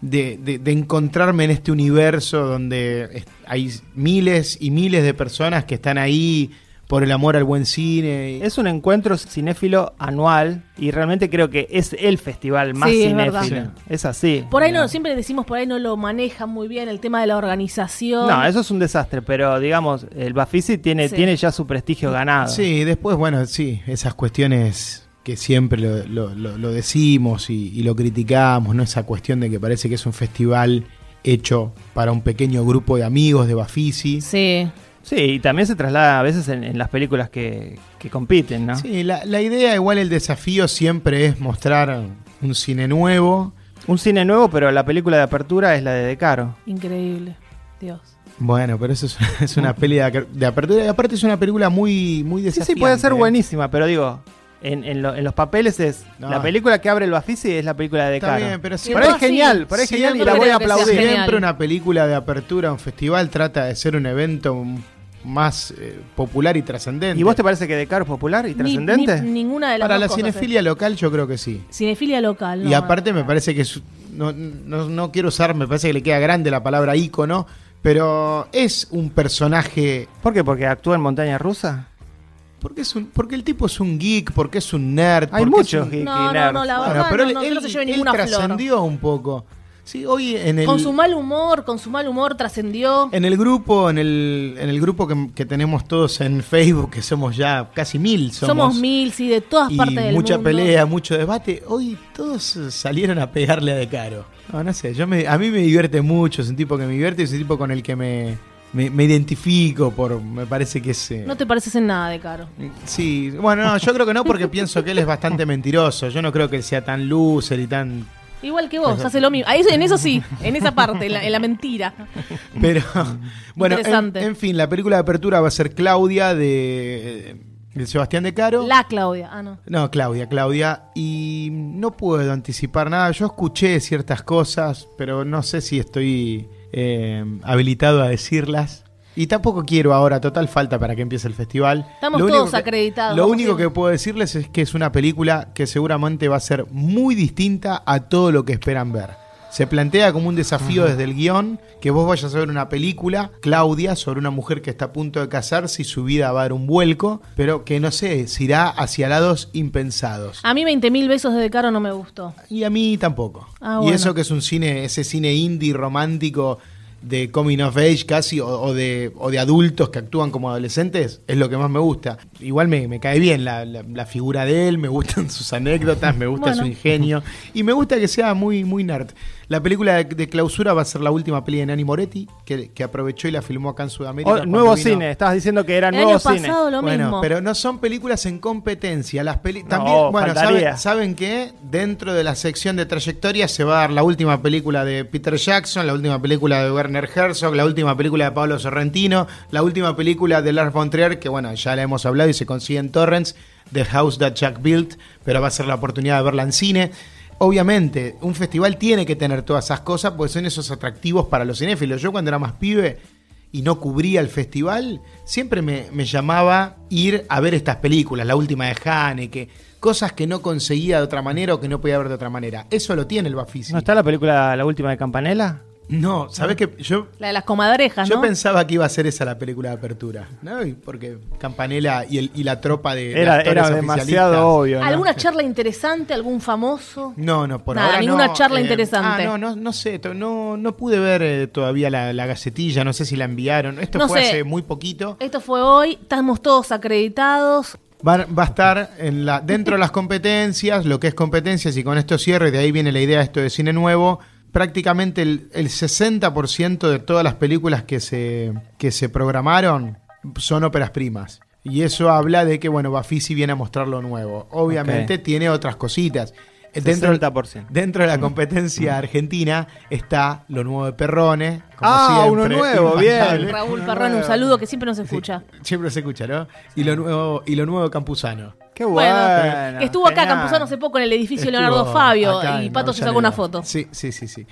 [SPEAKER 5] de, de- de encontrarme en este universo donde es- hay miles y miles de personas que están ahí por el amor al buen cine.
[SPEAKER 6] Es un encuentro cinéfilo anual y realmente creo que es el festival más
[SPEAKER 8] Sí, es verdad.
[SPEAKER 6] cinéfilo. Es así.
[SPEAKER 8] Por ahí
[SPEAKER 6] Mirá.
[SPEAKER 8] no, siempre decimos por ahí no lo manejan muy bien el tema de la organización.
[SPEAKER 6] No, eso es un desastre, pero digamos, el Bafisi tiene,
[SPEAKER 8] Sí.
[SPEAKER 6] tiene ya su prestigio ganado.
[SPEAKER 5] Sí, después, bueno, sí, esas cuestiones que siempre lo, lo- lo- lo decimos y, y lo criticamos, ¿no? Esa cuestión de que parece que es un festival hecho para un pequeño grupo de amigos de Bafisi.
[SPEAKER 8] Sí.
[SPEAKER 6] Sí, y también se traslada a veces en, en las películas que, que compiten, ¿no?
[SPEAKER 5] Sí, la, la idea, igual el desafío siempre es mostrar un cine nuevo.
[SPEAKER 6] Un cine nuevo, pero la película de apertura es la de De Caro.
[SPEAKER 8] Increíble. Dios.
[SPEAKER 5] Bueno, pero eso es, es una peli de, ac- de apertura y aparte es una película muy, muy
[SPEAKER 6] Sí,
[SPEAKER 5] desafiante.
[SPEAKER 6] sí, puede ser
[SPEAKER 5] ¿eh?
[SPEAKER 6] buenísima, pero digo, en, en lo- en los papeles es.
[SPEAKER 5] No.
[SPEAKER 6] La película que abre el Bafisi es la película de De
[SPEAKER 5] Está
[SPEAKER 6] Caro.
[SPEAKER 5] bien, pero sí.
[SPEAKER 6] Por ahí es
[SPEAKER 8] Entonces,
[SPEAKER 6] genial,
[SPEAKER 8] sí,
[SPEAKER 6] por ahí es
[SPEAKER 8] sí,
[SPEAKER 6] genial y
[SPEAKER 8] no
[SPEAKER 6] la
[SPEAKER 8] creo
[SPEAKER 6] voy a
[SPEAKER 8] que sea
[SPEAKER 6] aplaudir.
[SPEAKER 8] genial.
[SPEAKER 5] Siempre una película de apertura, un festival, trata de ser un evento m- más eh, popular y trascendente.
[SPEAKER 6] ¿Y vos te parece que De Caro es popular y
[SPEAKER 8] Ni-
[SPEAKER 6] trascendente?
[SPEAKER 8] ni- ninguna de las
[SPEAKER 5] Para
[SPEAKER 8] dos
[SPEAKER 5] la
[SPEAKER 8] cosas, eh.
[SPEAKER 5] cinefilia local yo creo que sí.
[SPEAKER 8] Cinefilia local. no,
[SPEAKER 5] y aparte me parece que es- no, no, no quiero usar, me parece que le queda grande la palabra ícono, Pero es un personaje.
[SPEAKER 6] ¿Por qué? ¿Porque actúa en montaña rusa?
[SPEAKER 5] Porque, es un, porque el tipo es un geek, porque es un nerd.
[SPEAKER 6] Hay
[SPEAKER 5] porque
[SPEAKER 6] muchos
[SPEAKER 5] es un-
[SPEAKER 6] geeks.
[SPEAKER 8] No, no,
[SPEAKER 6] Nerds.
[SPEAKER 8] no, la
[SPEAKER 5] Bueno,
[SPEAKER 8] verdad
[SPEAKER 5] pero
[SPEAKER 8] no,
[SPEAKER 5] él,
[SPEAKER 8] no, creo que lleve
[SPEAKER 5] él
[SPEAKER 8] ninguna flor.
[SPEAKER 5] trascendió un poco. Sí, hoy en el.
[SPEAKER 8] Con su mal humor, con su mal humor trascendió.
[SPEAKER 5] En el grupo, en el, en el grupo que, que tenemos todos en Facebook, que somos ya casi mil, somos,
[SPEAKER 8] Somos, mil, sí, de todas
[SPEAKER 5] y
[SPEAKER 8] partes del
[SPEAKER 5] mucha
[SPEAKER 8] mundo.
[SPEAKER 5] pelea, mucho debate. Hoy todos eh, salieron a pegarle a De Caro. No, no sé, yo me- a mí me divierte mucho, es un tipo que me divierte, es un tipo con el que me, me, me identifico, por me parece que es... eh,
[SPEAKER 8] No te pareces en nada de caro.
[SPEAKER 5] Sí, bueno, no, yo creo que no porque pienso que él es bastante mentiroso, yo no creo que él sea tan loser y tan...
[SPEAKER 8] Igual que vos, hace lo mismo. Ahí, en eso sí, en esa parte, en la, en la mentira.
[SPEAKER 5] Pero bueno, en,
[SPEAKER 8] Interesante.
[SPEAKER 5] en fin, la película de apertura va a ser Claudia de, de Sebastián De Caro.
[SPEAKER 8] La Claudia, ah, no.
[SPEAKER 5] No, Claudia, Claudia. Y no puedo anticipar nada. Yo escuché ciertas cosas, pero no sé si estoy eh, habilitado a decirlas. Y tampoco quiero ahora, total falta para que empiece el festival.
[SPEAKER 8] Estamos
[SPEAKER 5] único
[SPEAKER 8] todos
[SPEAKER 5] que-
[SPEAKER 8] acreditados,
[SPEAKER 5] Lo
[SPEAKER 8] vamos
[SPEAKER 5] único
[SPEAKER 8] bien.
[SPEAKER 5] que puedo decirles es que es una película que seguramente va a ser muy distinta a todo lo que esperan ver. Se plantea como un desafío desde el guión que vos vayas a ver una película, Claudia, sobre una mujer que está a punto de casarse y su vida va a dar un vuelco, pero que no sé, se irá hacia lados impensados.
[SPEAKER 8] A mí 20.000 besos de De Caro no me gustó.
[SPEAKER 5] Y a mí tampoco.
[SPEAKER 8] Ah,
[SPEAKER 5] Y
[SPEAKER 8] bueno.
[SPEAKER 5] eso que es un cine, ese cine indie romántico de coming of age casi, o, o de, o de adultos que actúan como adolescentes, es lo que más me gusta. Igual me, me cae bien la, la- la figura de él, me gustan sus anécdotas, me gusta
[SPEAKER 8] Bueno.
[SPEAKER 5] su ingenio y me gusta que sea muy, muy nerd. La película de, de clausura va a ser la última peli de Nani Moretti, que, que aprovechó y la filmó acá en Sudamérica.
[SPEAKER 6] O-
[SPEAKER 5] cuando
[SPEAKER 6] Oh, nuevo
[SPEAKER 5] vino-
[SPEAKER 6] cine, estabas diciendo que era
[SPEAKER 8] El
[SPEAKER 6] nuevo
[SPEAKER 8] año
[SPEAKER 6] cine.
[SPEAKER 8] pasado lo
[SPEAKER 5] bueno,
[SPEAKER 8] mismo.
[SPEAKER 5] pero no son películas en competencia. Las peli
[SPEAKER 6] No,
[SPEAKER 5] también, bueno,
[SPEAKER 6] faltaría.
[SPEAKER 5] ¿saben, saben qué? Dentro de la sección de trayectoria se va a dar la última película de Peter Jackson, la última película de Werner Herzog, la última película de Pablo Sorrentino, la última película de Lars von Trier, que bueno, ya la hemos hablado y se consigue en torrents, The House That Jack Built, pero va a ser la oportunidad de verla en cine. Obviamente, un festival tiene que tener todas esas cosas porque son esos atractivos para los cinéfilos. Yo cuando era más pibe y no cubría el festival, siempre me, me llamaba ir a ver estas películas, la última de Haneke, cosas que no conseguía de otra manera o que no podía ver de otra manera. Eso lo tiene el Bafisi.
[SPEAKER 6] ¿No está la película, la última de Campanella?
[SPEAKER 5] No, ¿sabes qué? Yo,
[SPEAKER 8] La de las comadrejas,
[SPEAKER 5] yo
[SPEAKER 8] ¿no?
[SPEAKER 5] pensaba que iba a ser esa la película de apertura, ¿no? Y Porque Campanella y, el- y la tropa de, de
[SPEAKER 6] Era,
[SPEAKER 5] actores
[SPEAKER 6] era
[SPEAKER 5] oficialistas-
[SPEAKER 6] demasiado obvio. ¿no?
[SPEAKER 8] ¿Alguna charla interesante, algún famoso?
[SPEAKER 5] No, no, por
[SPEAKER 8] Nada,
[SPEAKER 5] ahora
[SPEAKER 8] ninguna
[SPEAKER 5] no,
[SPEAKER 8] charla
[SPEAKER 5] eh,
[SPEAKER 8] interesante.
[SPEAKER 5] Ah, no, no, no sé, to- no, no pude ver eh, todavía la, la gacetilla, no sé si la enviaron. Esto
[SPEAKER 8] No
[SPEAKER 5] fue
[SPEAKER 8] sé.
[SPEAKER 5] hace muy poquito.
[SPEAKER 8] Esto fue hoy, estamos todos acreditados.
[SPEAKER 5] Va, va a estar en la, dentro de las competencias, lo que es competencias, y con esto cierro, y de ahí viene la idea de esto de cine nuevo. Prácticamente el, el 60% de todas las películas que se, que se programaron son óperas primas. Y eso habla de que, bueno, Bafisi viene a mostrar lo nuevo. Obviamente tiene otras cositas. Eh, Dentro,
[SPEAKER 6] 60%.
[SPEAKER 5] dentro de
[SPEAKER 6] Mm.
[SPEAKER 5] la competencia argentina está lo nuevo de Perrone. como
[SPEAKER 6] Ah, uno
[SPEAKER 5] siempre,
[SPEAKER 6] nuevo, bien.
[SPEAKER 5] infaltable.
[SPEAKER 8] Raúl Perrón,
[SPEAKER 5] Ah.
[SPEAKER 8] un saludo que siempre nos escucha.
[SPEAKER 5] Siempre se escucha, ¿no? Y lo nuevo, y lo nuevo de Campuzano.
[SPEAKER 6] Qué
[SPEAKER 8] Bueno,
[SPEAKER 6] bueno.
[SPEAKER 8] que estuvo acá
[SPEAKER 6] genial.
[SPEAKER 8] Campuzano hace poco en el edificio Leonardo
[SPEAKER 5] Ah, Estuvo
[SPEAKER 8] Fabio
[SPEAKER 5] acá
[SPEAKER 8] y
[SPEAKER 5] en
[SPEAKER 8] Pato se sacó
[SPEAKER 5] Avellaneda.
[SPEAKER 8] una foto.
[SPEAKER 5] Sí, sí, sí, sí.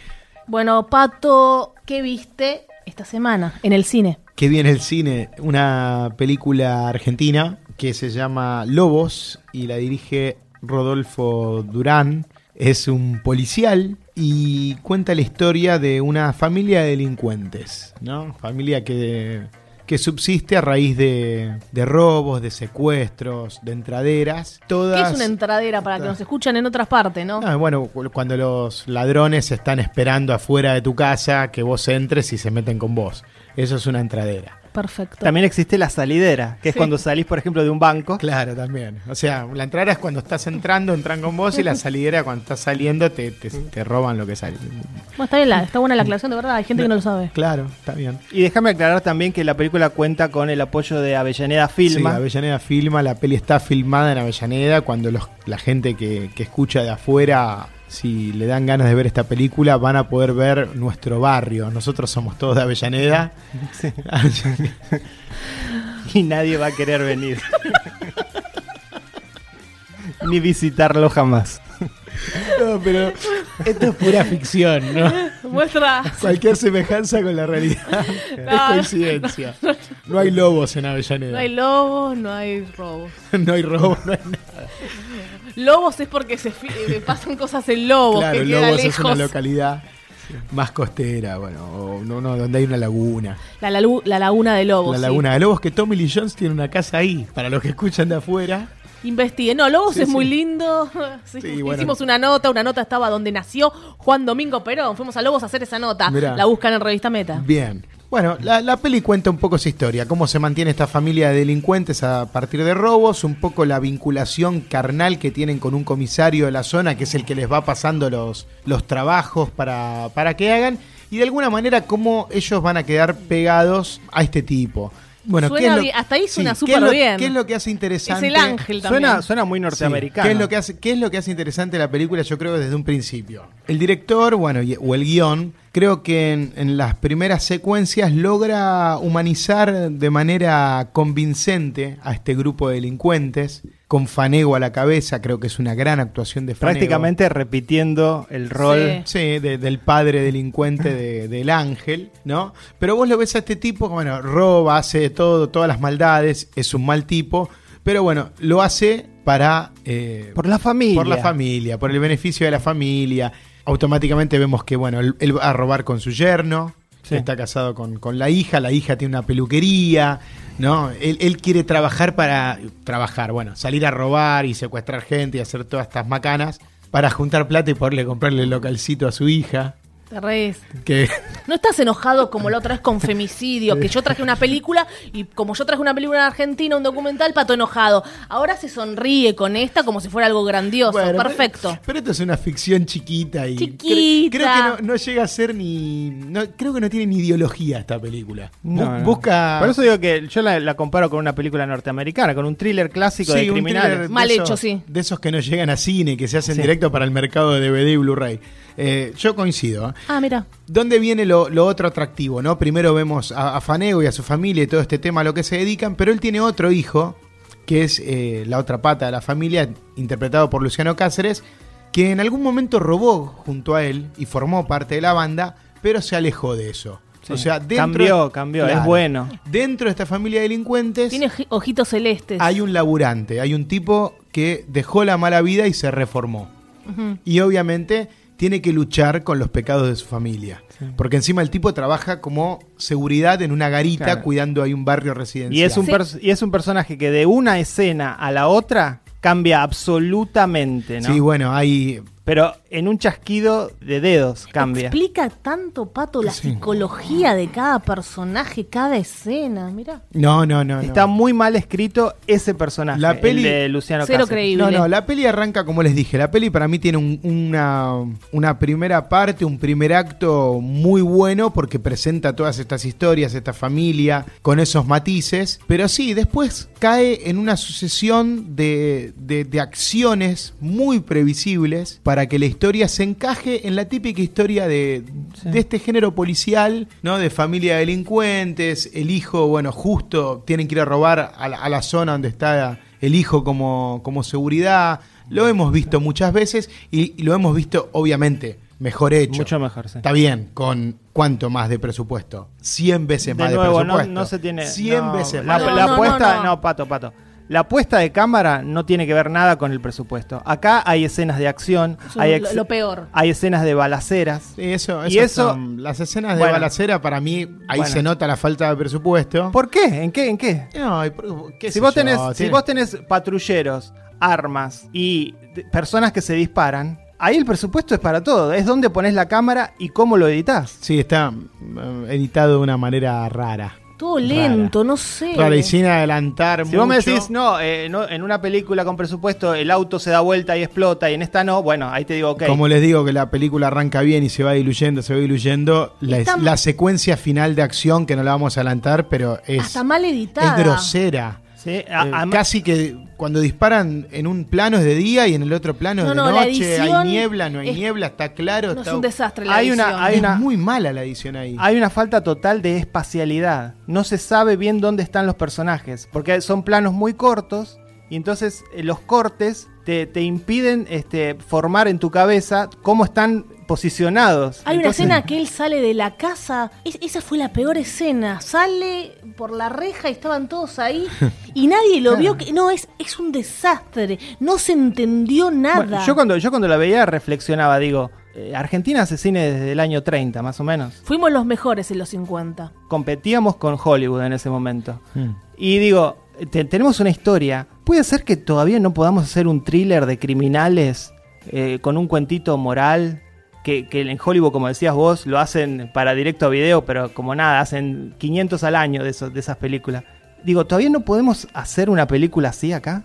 [SPEAKER 8] Bueno, Pato, ¿qué viste esta semana en el cine?
[SPEAKER 5] Que viene el cine, una película argentina que se llama Lobos y la dirige Rodolfo Durán. Es un policial y cuenta la historia de una familia de delincuentes, ¿no? Familia que, que subsiste a raíz de, de robos, de secuestros, de entraderas.
[SPEAKER 8] ¿Qué
[SPEAKER 5] Todas
[SPEAKER 8] es una entradera para que nos escuchan en otras partes, no?
[SPEAKER 5] Ah, bueno, cu- cuando los ladrones están esperando afuera de tu casa que vos entres y se meten con vos. Eso es una entradera.
[SPEAKER 8] Perfecto.
[SPEAKER 6] También existe la salidera, que es
[SPEAKER 8] Sí.
[SPEAKER 6] cuando salís, por ejemplo, de un banco.
[SPEAKER 5] Claro, también. O sea, la entrada es cuando estás entrando, entran con vos y la salidera cuando estás saliendo te, te- te roban lo que sale.
[SPEAKER 8] Bueno, está, bien la- está buena la aclaración, de verdad, hay gente que no lo sabe.
[SPEAKER 5] Claro, está bien.
[SPEAKER 6] Y déjame aclarar también que la película cuenta con el apoyo de Avellaneda Filma.
[SPEAKER 5] Sí, Avellaneda filma, la peli está filmada en Avellaneda. Cuando los- la gente que, que escucha de afuera, si le dan ganas de ver esta película, van a poder ver nuestro barrio. Nosotros somos todos de Avellaneda.
[SPEAKER 6] y nadie va a querer venir. Ni visitarlo jamás.
[SPEAKER 5] No, pero esto es pura ficción, ¿no?
[SPEAKER 8] Muestra.
[SPEAKER 5] Cualquier semejanza con la realidad es
[SPEAKER 8] No.
[SPEAKER 5] coincidencia. No hay lobos en Avellaneda.
[SPEAKER 8] No hay lobos, no hay robos.
[SPEAKER 5] No hay robos, no hay nada.
[SPEAKER 8] Lobos es porque se fi- eh, pasan cosas en lobos,
[SPEAKER 5] Claro,
[SPEAKER 8] que queda
[SPEAKER 5] Lobos es una
[SPEAKER 8] lejos.
[SPEAKER 5] localidad. Más costera, bueno, o no, no, donde hay una laguna.
[SPEAKER 1] La, lalu- la laguna de lobos.
[SPEAKER 5] la
[SPEAKER 1] sí.
[SPEAKER 5] laguna de lobos, que Tommy Lee Jones tiene una casa ahí, para los que escuchan de afuera.
[SPEAKER 1] Investigue. No, Lobos
[SPEAKER 5] Sí,
[SPEAKER 1] es
[SPEAKER 5] sí.
[SPEAKER 1] muy lindo. Sí,
[SPEAKER 5] Sí, bueno.
[SPEAKER 1] Hicimos una nota, una nota estaba donde nació Juan Domingo Perón. Fuimos a Lobos a hacer esa nota.
[SPEAKER 5] Mirá.
[SPEAKER 1] La buscan en revista Meta.
[SPEAKER 5] Bien. Bueno, la, la peli cuenta un poco esa historia, cómo se mantiene esta familia de delincuentes a partir de robos, un poco la vinculación carnal que tienen con un comisario de la zona, que es el que les va pasando los, los trabajos para, para que hagan, y de alguna manera cómo ellos van a quedar pegados a este tipo. Bueno,
[SPEAKER 1] Suena
[SPEAKER 5] ¿qué es lo-
[SPEAKER 1] bien, hasta ahí suena
[SPEAKER 5] ¿qué es
[SPEAKER 1] súper
[SPEAKER 5] lo-
[SPEAKER 1] bien.
[SPEAKER 5] ¿Qué es lo que hace interesante?
[SPEAKER 1] Es el ángel también.
[SPEAKER 6] Suena, suena muy norteamericano.
[SPEAKER 5] Sí. ¿Qué, es lo que hace, ¿Qué es lo que hace interesante la película? Yo creo desde un principio. El director, bueno, y- o el guión, creo que en, en las primeras secuencias logra humanizar de manera convincente a este grupo de delincuentes, con Fanego a la cabeza, creo que es una gran actuación de Fanego.
[SPEAKER 6] Prácticamente repitiendo el rol.
[SPEAKER 5] Sí, de- del padre delincuente de- del ángel, ¿no? Pero vos lo ves a este tipo, bueno, roba, hace de todo, todas las maldades, es un mal tipo, pero bueno, lo hace para... eh,
[SPEAKER 6] Por la familia.
[SPEAKER 5] por la familia, por el beneficio de la familia. Automáticamente vemos que, bueno, él, él va a robar con su yerno,
[SPEAKER 6] Sí.
[SPEAKER 5] está casado con, con la hija, la hija tiene una peluquería, ¿no? Él, él quiere trabajar para. Trabajar, bueno, salir a robar y secuestrar gente y hacer todas estas macanas para juntar plata y poderle comprarle el localcito a su hija.
[SPEAKER 1] Te reís.
[SPEAKER 5] Que.
[SPEAKER 1] No estás enojado como la otra vez con femicidio, que yo traje una película y como yo traje una película en Argentina, un documental, pato enojado. Ahora se sonríe con esta como si fuera algo grandioso.
[SPEAKER 5] Bueno,
[SPEAKER 1] Perfecto.
[SPEAKER 5] Pero, pero esto es una ficción chiquita y. cre-
[SPEAKER 1] Chiquita.
[SPEAKER 5] Creo, que no, no llega a ser ni. no- creo que no tiene ni ideología esta película.
[SPEAKER 6] No,
[SPEAKER 5] Bu-
[SPEAKER 6] no.
[SPEAKER 5] Busca.
[SPEAKER 6] Por eso digo que yo la, la comparo con una película norteamericana, con un thriller clásico de
[SPEAKER 5] un
[SPEAKER 6] criminales.
[SPEAKER 5] thriller
[SPEAKER 1] Mal
[SPEAKER 5] de
[SPEAKER 1] hecho,
[SPEAKER 5] esos-
[SPEAKER 1] sí.
[SPEAKER 5] De esos que no llegan a cine, que se hacen
[SPEAKER 6] Sí.
[SPEAKER 5] directo para el mercado de DVD y Blu-ray. Eh, yo coincido. ¿eh?
[SPEAKER 1] Ah, mira.
[SPEAKER 5] ¿Dónde viene lo, lo otro atractivo? ¿no? Primero vemos a, a Fanego y a su familia y todo este tema a lo que se dedican, pero él tiene otro hijo, que es eh, la otra pata de la familia, interpretado por Luciano Cáceres, que en algún momento robó junto a él y formó parte de la banda, pero se alejó de eso.
[SPEAKER 6] Sí.
[SPEAKER 5] O sea, dentro
[SPEAKER 6] Cambió, cambió, es bueno.
[SPEAKER 5] Dentro de esta familia de delincuentes
[SPEAKER 1] Tiene oji- ojitos celestes.
[SPEAKER 5] hay un laburante, hay un tipo que dejó la mala vida y se reformó. Y obviamente tiene que luchar con los pecados de su familia. Porque encima el tipo trabaja como seguridad en una garita
[SPEAKER 6] Claro.
[SPEAKER 5] cuidando ahí un barrio residencial.
[SPEAKER 6] Y es, un
[SPEAKER 1] Sí.
[SPEAKER 6] pers- y es un personaje que de una escena a la otra cambia absolutamente, ¿no?
[SPEAKER 5] Sí, bueno, hay...
[SPEAKER 6] Pero en un chasquido de dedos cambia.
[SPEAKER 1] Explica tanto, Pato, la
[SPEAKER 5] Sí.
[SPEAKER 1] psicología de cada personaje, cada escena. Mira.
[SPEAKER 5] No, no, no. no.
[SPEAKER 6] Está muy mal escrito ese personaje,
[SPEAKER 5] La
[SPEAKER 6] el
[SPEAKER 5] peli-
[SPEAKER 6] de Luciano
[SPEAKER 1] Cero
[SPEAKER 6] Cáceres.
[SPEAKER 1] creíble.
[SPEAKER 5] No, no, la peli arranca como les dije. La peli para mí tiene un- una, una primera parte, un primer acto muy bueno porque presenta todas estas historias, esta familia, con esos matices. Pero sí, después cae en una sucesión de, de- de acciones muy previsibles para que la historia se encaje en la típica historia de, de este género policial, ¿no? De familia de delincuentes, el hijo, bueno, justo tienen que ir a robar a la, a la zona donde está el hijo como, como seguridad. Lo hemos visto muchas veces y, y lo hemos visto, obviamente, mejor hecho.
[SPEAKER 6] Mucho mejor, sí.
[SPEAKER 5] Está bien, con cuánto más de presupuesto. 100 veces
[SPEAKER 6] De
[SPEAKER 5] más
[SPEAKER 6] nuevo,
[SPEAKER 5] de
[SPEAKER 6] no,
[SPEAKER 5] presupuesto.
[SPEAKER 6] no se tiene...
[SPEAKER 5] 100
[SPEAKER 6] no,
[SPEAKER 5] veces
[SPEAKER 6] La,
[SPEAKER 5] más.
[SPEAKER 1] No,
[SPEAKER 6] la
[SPEAKER 1] no,
[SPEAKER 6] puesta...
[SPEAKER 1] no,
[SPEAKER 6] No,
[SPEAKER 1] no.
[SPEAKER 6] pato, pato. La puesta de cámara no tiene que ver nada con el presupuesto. Acá hay escenas de acción,
[SPEAKER 1] Eso
[SPEAKER 6] hay,
[SPEAKER 1] es lo-
[SPEAKER 6] ex-
[SPEAKER 1] lo peor.
[SPEAKER 6] hay escenas de balaceras.
[SPEAKER 5] Sí, eso,
[SPEAKER 6] Y eso-
[SPEAKER 5] son- las escenas de
[SPEAKER 6] bueno.
[SPEAKER 5] balacera, para mí, ahí
[SPEAKER 6] Bueno.
[SPEAKER 5] se nota la falta de presupuesto.
[SPEAKER 6] ¿Por qué? ¿En qué? ¿En qué?
[SPEAKER 5] No, y por- qué
[SPEAKER 6] Si
[SPEAKER 5] sé
[SPEAKER 6] vos,
[SPEAKER 5] yo,
[SPEAKER 6] tenés, si
[SPEAKER 5] tiene-
[SPEAKER 6] vos tenés patrulleros, armas y t- personas que se disparan, ahí el presupuesto es para todo. Es donde pones la cámara y cómo lo editas.
[SPEAKER 5] Sí, está mm, editado de una manera rara.
[SPEAKER 1] Todo
[SPEAKER 5] Rara.
[SPEAKER 1] lento, no sé.
[SPEAKER 5] Rara y sin adelantar
[SPEAKER 6] Si vos me
[SPEAKER 5] mucho.
[SPEAKER 6] decís, no, eh, no, en una película con presupuesto el auto se da vuelta y explota y en esta no, bueno, ahí te digo, ok.
[SPEAKER 5] Como les digo que la película arranca bien y se va diluyendo, se va diluyendo. La,
[SPEAKER 1] Está-
[SPEAKER 5] la secuencia final de acción, que no la vamos a adelantar, pero es,
[SPEAKER 1] Hasta mal editada.
[SPEAKER 5] es grosera.
[SPEAKER 6] Sí, a-
[SPEAKER 5] Eh,
[SPEAKER 6] ama-
[SPEAKER 5] casi que cuando disparan en un plano es de día y en el otro plano es
[SPEAKER 1] No,
[SPEAKER 5] de
[SPEAKER 1] no, la
[SPEAKER 5] noche.
[SPEAKER 1] edición
[SPEAKER 5] Hay niebla, no hay
[SPEAKER 1] es-
[SPEAKER 5] niebla, está claro.
[SPEAKER 1] No es
[SPEAKER 5] está-
[SPEAKER 1] un desastre la
[SPEAKER 6] Hay una-
[SPEAKER 1] edición.
[SPEAKER 6] hay
[SPEAKER 5] es
[SPEAKER 6] una-
[SPEAKER 5] muy mala la edición ahí.
[SPEAKER 6] Hay una falta total de espacialidad. No se sabe bien dónde están los personajes. Porque son planos muy cortos. Y entonces eh, los cortes te, te impiden este, formar en tu cabeza cómo están posicionados.
[SPEAKER 1] Hay
[SPEAKER 6] Entonces,
[SPEAKER 1] una escena que él sale de la casa. Es- esa fue la peor escena. Sale por la reja y estaban todos ahí y nadie lo vio. Que, no, es, es un desastre. No se entendió nada.
[SPEAKER 6] Bueno, yo, cuando, yo cuando la veía reflexionaba, digo, eh, Argentina hace cine desde el año 30, más o menos.
[SPEAKER 1] Fuimos los mejores en los 50.
[SPEAKER 6] Competíamos con Hollywood en ese momento.
[SPEAKER 5] Mm.
[SPEAKER 6] Y digo, te- tenemos una historia. ¿Puede ser que todavía no podamos hacer un thriller de criminales eh, con un cuentito moral? Que, que en Hollywood, como decías vos, lo hacen para directo a video, pero como nada, hacen 500 al año de, eso- de esas películas. Digo, ¿todavía no podemos hacer una película así acá?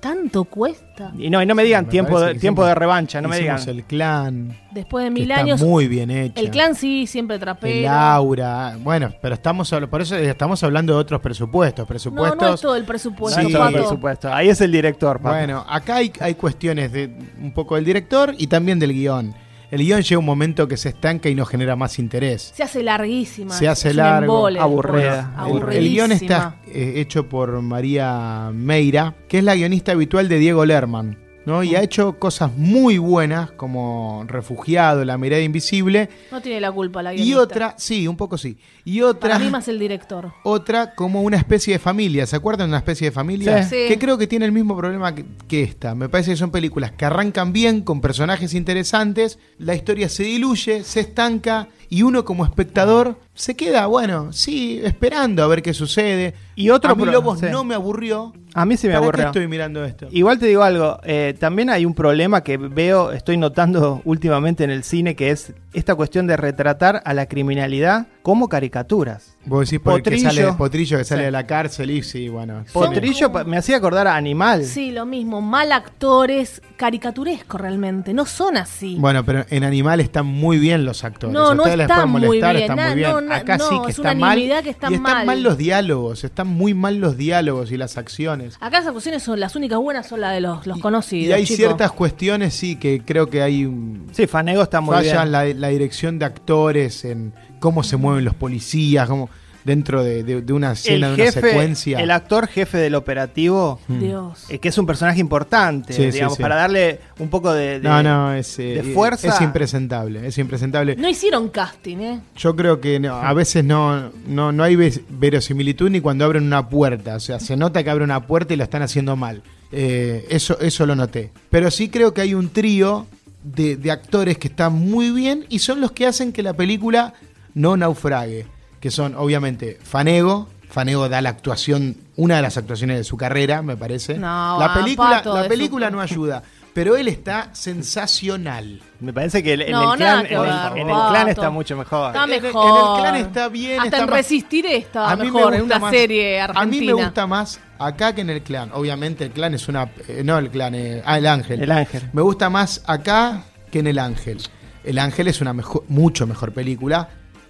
[SPEAKER 1] ¿Tanto cuesta?
[SPEAKER 6] Y no, y no me digan
[SPEAKER 5] Me
[SPEAKER 6] tiempo,
[SPEAKER 5] parece
[SPEAKER 6] de,
[SPEAKER 5] que
[SPEAKER 6] tiempo
[SPEAKER 5] hicimos-
[SPEAKER 6] de revancha, no me digan.
[SPEAKER 5] hicimos el clan.
[SPEAKER 1] Después de
[SPEAKER 5] que
[SPEAKER 1] mil
[SPEAKER 5] está
[SPEAKER 1] años.
[SPEAKER 5] muy bien hecho.
[SPEAKER 1] El clan sí, siempre
[SPEAKER 5] El
[SPEAKER 1] trapea.
[SPEAKER 5] aura. Bueno, pero estamos habl- por eso estamos hablando de otros presupuestos.
[SPEAKER 1] No,
[SPEAKER 5] Presupuestos.
[SPEAKER 1] no es todo el
[SPEAKER 6] No,
[SPEAKER 1] presupuesto.
[SPEAKER 6] no,
[SPEAKER 5] Sí.
[SPEAKER 6] todo el
[SPEAKER 1] Pato.
[SPEAKER 6] presupuesto. Ahí es el director, papi.
[SPEAKER 5] Bueno, acá hay, hay cuestiones de un poco del director y también del guión. El guión llega un momento que se estanca y no genera más interés.
[SPEAKER 1] Se hace larguísima.
[SPEAKER 5] Se hace
[SPEAKER 1] Es un
[SPEAKER 5] largo,
[SPEAKER 1] embole después.
[SPEAKER 6] aburrida.
[SPEAKER 5] El,
[SPEAKER 6] Aburridísima.
[SPEAKER 5] el guión está eh, hecho por María Meira, que es la guionista habitual de Diego Lerman, ¿no?
[SPEAKER 1] Mm.
[SPEAKER 5] Y ha hecho cosas muy buenas como Refugiado, La mirada invisible
[SPEAKER 1] No tiene la culpa la
[SPEAKER 5] y
[SPEAKER 1] guionista.
[SPEAKER 5] otra, sí, un poco sí. Y otra
[SPEAKER 1] Para mí más el director.
[SPEAKER 5] otra como una especie de familia. ¿Se acuerdan de una especie de familia?
[SPEAKER 1] Sí. Sí.
[SPEAKER 5] Que creo que tiene el mismo problema que, que esta. Me parece que son películas que arrancan bien, con personajes interesantes, la historia se diluye, se estanca y uno como espectador se queda, bueno, sí, esperando a ver qué sucede.
[SPEAKER 6] Y otro
[SPEAKER 5] a mí
[SPEAKER 6] pro-
[SPEAKER 5] Lobos
[SPEAKER 6] sí.
[SPEAKER 5] no me aburrió.
[SPEAKER 6] A mí se me
[SPEAKER 5] ¿Para qué
[SPEAKER 6] aburrió.
[SPEAKER 5] estoy mirando esto?
[SPEAKER 6] Igual te digo algo, eh, también hay un problema que veo, estoy notando últimamente en el cine, que es esta cuestión de retratar a la criminalidad como caricaturas.
[SPEAKER 5] Vos decís por el que
[SPEAKER 6] Potrillo.
[SPEAKER 5] sale, Potrillo que sale
[SPEAKER 6] Sí.
[SPEAKER 5] de la cárcel y sí, bueno. sí.
[SPEAKER 6] Potrillo pa- me hacía acordar a Animal.
[SPEAKER 1] Sí, lo mismo. Mal actores, caricaturesco realmente. No son así.
[SPEAKER 5] Bueno, pero en Animal están muy bien los actores.
[SPEAKER 1] No,
[SPEAKER 5] A
[SPEAKER 1] no
[SPEAKER 5] ustedes les
[SPEAKER 1] están
[SPEAKER 5] pueden
[SPEAKER 1] muy
[SPEAKER 5] molestar,
[SPEAKER 1] bien.
[SPEAKER 5] están
[SPEAKER 1] Na-
[SPEAKER 5] muy bien.
[SPEAKER 1] no, na-
[SPEAKER 5] Acá sí
[SPEAKER 1] no,
[SPEAKER 5] que
[SPEAKER 1] es
[SPEAKER 5] está
[SPEAKER 1] una
[SPEAKER 5] mal.
[SPEAKER 1] nimiedad que están
[SPEAKER 5] y están
[SPEAKER 1] mal.
[SPEAKER 5] mal. los diálogos, están muy mal los diálogos y las acciones.
[SPEAKER 1] Acá las acusaciones son las únicas buenas, son las de los, los
[SPEAKER 5] Y-
[SPEAKER 1] conocidos.
[SPEAKER 5] Y hay
[SPEAKER 1] chico.
[SPEAKER 5] ciertas cuestiones, sí, que creo que hay mm,
[SPEAKER 6] Sí, Fanego está muy
[SPEAKER 5] fallas
[SPEAKER 6] bien.
[SPEAKER 5] la, la dirección de actores, en cómo se mueven los policías, cómo, dentro de, de- de una escena,
[SPEAKER 6] el
[SPEAKER 5] de una
[SPEAKER 6] jefe,
[SPEAKER 5] secuencia. Mm.
[SPEAKER 6] el actor jefe del operativo,
[SPEAKER 1] Dios.
[SPEAKER 6] eh, que es un personaje importante,
[SPEAKER 5] Sí, sí,
[SPEAKER 6] digamos,
[SPEAKER 5] sí.
[SPEAKER 6] para darle un poco de, de-
[SPEAKER 5] no, no, es, eh,
[SPEAKER 6] de fuerza.
[SPEAKER 5] es impresentable, es impresentable.
[SPEAKER 1] No hicieron casting, ¿eh?
[SPEAKER 5] Yo creo que no, a veces no, no, no hay ves- verosimilitud ni cuando abren una puerta. O sea, se nota que abren una puerta y lo están haciendo mal. Eh, eso, eso lo noté. Pero sí creo que hay un trío de, de actores que están muy bien y son los que hacen que la película no naufrague. Que son, obviamente, Fanego. Fanego da la actuación, una de las actuaciones de su carrera, me parece.
[SPEAKER 1] No,
[SPEAKER 5] la
[SPEAKER 1] ah,
[SPEAKER 5] película,
[SPEAKER 1] Pato,
[SPEAKER 5] la
[SPEAKER 1] de
[SPEAKER 5] película
[SPEAKER 1] su-
[SPEAKER 5] no ayuda, pero él está sensacional.
[SPEAKER 6] Me parece que el- en
[SPEAKER 1] No,
[SPEAKER 6] el
[SPEAKER 1] nada
[SPEAKER 6] clan,
[SPEAKER 1] que
[SPEAKER 6] en el-
[SPEAKER 1] ver,
[SPEAKER 6] en el clan
[SPEAKER 1] Pato.
[SPEAKER 6] está mucho mejor.
[SPEAKER 1] Está
[SPEAKER 5] En el-
[SPEAKER 1] mejor.
[SPEAKER 5] en el clan está bien,
[SPEAKER 1] Hasta
[SPEAKER 5] está
[SPEAKER 1] en
[SPEAKER 5] más-
[SPEAKER 1] Resistir estaba
[SPEAKER 5] A mí me
[SPEAKER 1] mejor en
[SPEAKER 5] gusta
[SPEAKER 1] una
[SPEAKER 5] más-
[SPEAKER 1] serie argentina.
[SPEAKER 5] A mí me gusta más acá que en el clan. Obviamente el clan es una... eh, no el clan, eh, ah, el ángel.
[SPEAKER 6] El Ángel.
[SPEAKER 5] Me gusta más acá que en el ángel. El ángel es una mejor, mucho mejor película.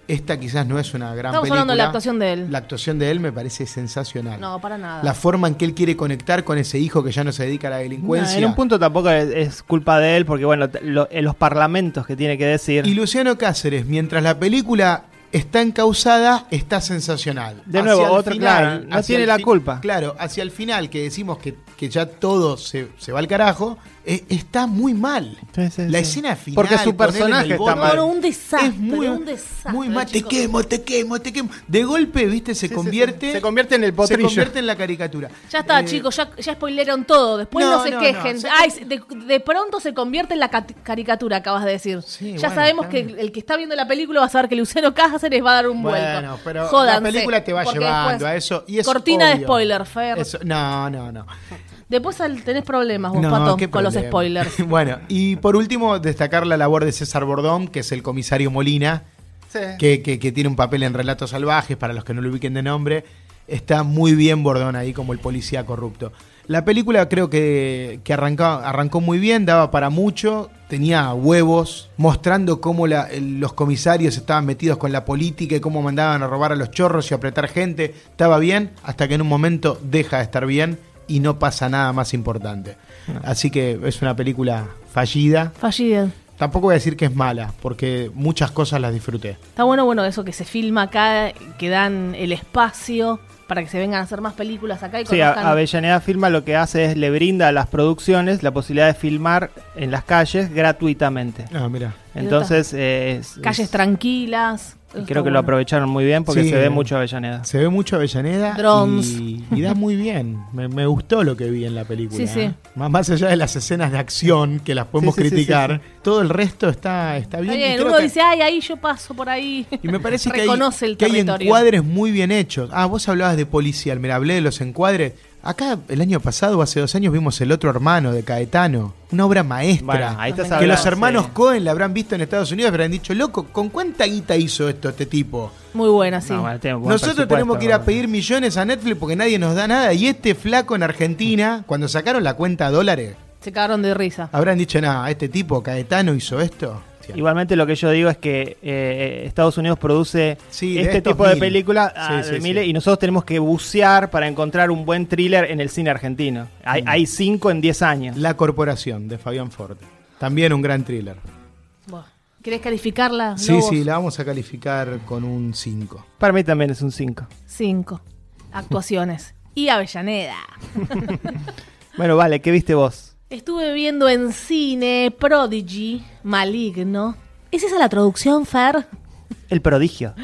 [SPEAKER 5] Esta quizás no es una gran
[SPEAKER 1] Estamos
[SPEAKER 5] película.
[SPEAKER 1] hablando de la actuación de él.
[SPEAKER 5] La actuación de él me parece sensacional.
[SPEAKER 1] No, para nada.
[SPEAKER 5] La forma en que él quiere conectar con ese hijo que ya no se dedica a la delincuencia.
[SPEAKER 6] Nah, en un punto tampoco es, es culpa de él, porque bueno, t- lo- en los parlamentos que tiene que decir.
[SPEAKER 5] Y Luciano Cáceres, mientras la película está encausada, está sensacional.
[SPEAKER 6] De nuevo,
[SPEAKER 5] Hacia el
[SPEAKER 6] otro, claro, no
[SPEAKER 5] hacia
[SPEAKER 6] tiene
[SPEAKER 5] el
[SPEAKER 6] la
[SPEAKER 5] fi-
[SPEAKER 6] culpa.
[SPEAKER 5] Claro, hacia el final, que decimos que, que ya todo se, se va al carajo, eh, está muy mal.
[SPEAKER 6] Sí, sí,
[SPEAKER 5] la
[SPEAKER 6] sí.
[SPEAKER 5] escena final.
[SPEAKER 6] Porque su
[SPEAKER 5] con él en
[SPEAKER 6] personaje
[SPEAKER 5] el
[SPEAKER 6] está
[SPEAKER 5] bote,
[SPEAKER 6] mal.
[SPEAKER 1] No, no, un desastre,
[SPEAKER 5] Es muy,
[SPEAKER 1] un desastre,
[SPEAKER 5] muy mal. Te
[SPEAKER 1] chicos.
[SPEAKER 5] quemo, te quemo, te quemo. De golpe, viste, se
[SPEAKER 6] Sí, sí,
[SPEAKER 5] convierte.
[SPEAKER 6] sí. Se convierte en el
[SPEAKER 5] Se
[SPEAKER 6] potrillo.
[SPEAKER 5] convierte en la caricatura.
[SPEAKER 1] Ya está,
[SPEAKER 5] Eh,
[SPEAKER 1] chicos, ya, ya spoilearon todo. Después no,
[SPEAKER 5] No,
[SPEAKER 1] se
[SPEAKER 5] no,
[SPEAKER 1] quejen.
[SPEAKER 5] no, se-
[SPEAKER 1] Ay, se- de, de pronto se convierte en la cati- caricatura, acabas de decir.
[SPEAKER 5] Sí,
[SPEAKER 1] ya
[SPEAKER 5] bueno,
[SPEAKER 1] sabemos
[SPEAKER 5] claro.
[SPEAKER 1] que el que está viendo la película va a saber que Luciano Cáceres va a dar un
[SPEAKER 5] Bueno,
[SPEAKER 1] vuelco.
[SPEAKER 5] pero
[SPEAKER 1] Jódanse,
[SPEAKER 5] la película te va
[SPEAKER 1] porque
[SPEAKER 5] llevando
[SPEAKER 1] después-
[SPEAKER 5] a eso. Y es
[SPEAKER 1] Cortina de
[SPEAKER 5] obvio.
[SPEAKER 1] spoiler, Fer.
[SPEAKER 5] Eso- no, no, no.
[SPEAKER 1] Después al- tenés problemas vos,
[SPEAKER 5] No,
[SPEAKER 1] Pato,
[SPEAKER 5] qué
[SPEAKER 1] con los
[SPEAKER 5] problema.
[SPEAKER 1] spoilers.
[SPEAKER 5] bueno, y por último, destacar la labor de César Bordón, que es el comisario Molina, que, que- que tiene un papel en Relatos Salvajes, para los que no lo ubiquen de nombre. Está muy bien Bordón ahí como el policía corrupto. La película creo que, que arrancó, arrancó muy bien, daba para mucho, tenía huevos, mostrando cómo la- el- los comisarios estaban metidos con la política y cómo mandaban a robar a los chorros y a apretar gente. Estaba bien, hasta que en un momento deja de estar bien y no pasa nada más importante. Así que es una película fallida.
[SPEAKER 1] Fallida.
[SPEAKER 5] Tampoco voy a decir que es mala, porque muchas cosas las disfruté.
[SPEAKER 1] Está bueno, bueno, eso que se filma acá, que dan el espacio para que se vengan a hacer más películas acá y
[SPEAKER 6] Sí,
[SPEAKER 1] conozcan.
[SPEAKER 6] a- Avellaneda Filma lo que hace es le brinda a las producciones la posibilidad de filmar en las calles gratuitamente.
[SPEAKER 5] Ah, mira.
[SPEAKER 6] Entonces, eh, es-
[SPEAKER 1] calles
[SPEAKER 6] es-
[SPEAKER 1] tranquilas. Está
[SPEAKER 6] Creo que
[SPEAKER 1] bueno.
[SPEAKER 6] lo aprovecharon muy bien porque
[SPEAKER 5] Sí.
[SPEAKER 6] se ve mucho Avellaneda.
[SPEAKER 5] Se ve mucho Avellaneda
[SPEAKER 1] Drones.
[SPEAKER 5] y, y da muy bien. Me, me gustó lo que vi en la película.
[SPEAKER 1] Sí, sí.
[SPEAKER 5] ¿eh? Más, más allá de las escenas de acción que las podemos
[SPEAKER 6] Sí, sí, sí,
[SPEAKER 5] criticar, todo el resto está, está bien.
[SPEAKER 1] Está
[SPEAKER 5] y
[SPEAKER 1] bien,
[SPEAKER 5] creo
[SPEAKER 1] uno
[SPEAKER 5] que-
[SPEAKER 1] dice, ay, ahí yo paso por ahí.
[SPEAKER 5] y me parece que hay,
[SPEAKER 1] Reconoce el
[SPEAKER 5] que hay
[SPEAKER 1] territorio.
[SPEAKER 5] encuadres muy bien hechos. Ah, vos hablabas de policial, me hablé de los encuadres. Acá el año pasado, hace dos años, vimos El otro hermano de Caetano, una obra maestra.
[SPEAKER 6] Bueno, ahí estás
[SPEAKER 5] que
[SPEAKER 6] hablando,
[SPEAKER 5] los hermanos
[SPEAKER 6] sí.
[SPEAKER 5] Cohen la habrán visto en Estados Unidos, habrán dicho, loco, ¿con cuánta guita hizo esto este tipo?
[SPEAKER 1] Muy buena, sí.
[SPEAKER 6] No, bueno, tiene buen
[SPEAKER 5] Nosotros
[SPEAKER 6] presupuesto,
[SPEAKER 5] tenemos que ir a
[SPEAKER 6] bueno.
[SPEAKER 5] pedir millones a Netflix porque nadie nos da nada. Y este flaco en Argentina, cuando sacaron la cuenta a dólares,
[SPEAKER 1] Se cagaron de risa.
[SPEAKER 5] habrán dicho, nada, este tipo, Caetano, hizo esto. Sí.
[SPEAKER 6] Igualmente lo que yo digo es que eh, Estados Unidos produce
[SPEAKER 5] Sí, de
[SPEAKER 6] este
[SPEAKER 5] estos
[SPEAKER 6] tipo de
[SPEAKER 5] mil.
[SPEAKER 6] películas ah,
[SPEAKER 5] Sí,
[SPEAKER 6] de
[SPEAKER 5] sí,
[SPEAKER 6] miles
[SPEAKER 5] sí.
[SPEAKER 6] y nosotros tenemos que bucear para encontrar un buen thriller en el cine argentino.
[SPEAKER 5] Mm.
[SPEAKER 6] Hay, hay cinco en diez años.
[SPEAKER 5] La Corporación, de Fabián Forte. También un gran thriller.
[SPEAKER 1] Buah. ¿Querés calificarla?
[SPEAKER 5] Sí,
[SPEAKER 1] Lobos?
[SPEAKER 5] sí, la vamos a calificar con un 5.
[SPEAKER 6] Para mí también es un cinco.
[SPEAKER 1] Cinco. Actuaciones. Y Avellaneda.
[SPEAKER 6] Bueno, vale, ¿qué viste vos?
[SPEAKER 1] Estuve viendo en cine Prodigy, Maligno. ¿Es esa la traducción, Fer?
[SPEAKER 6] El prodigio.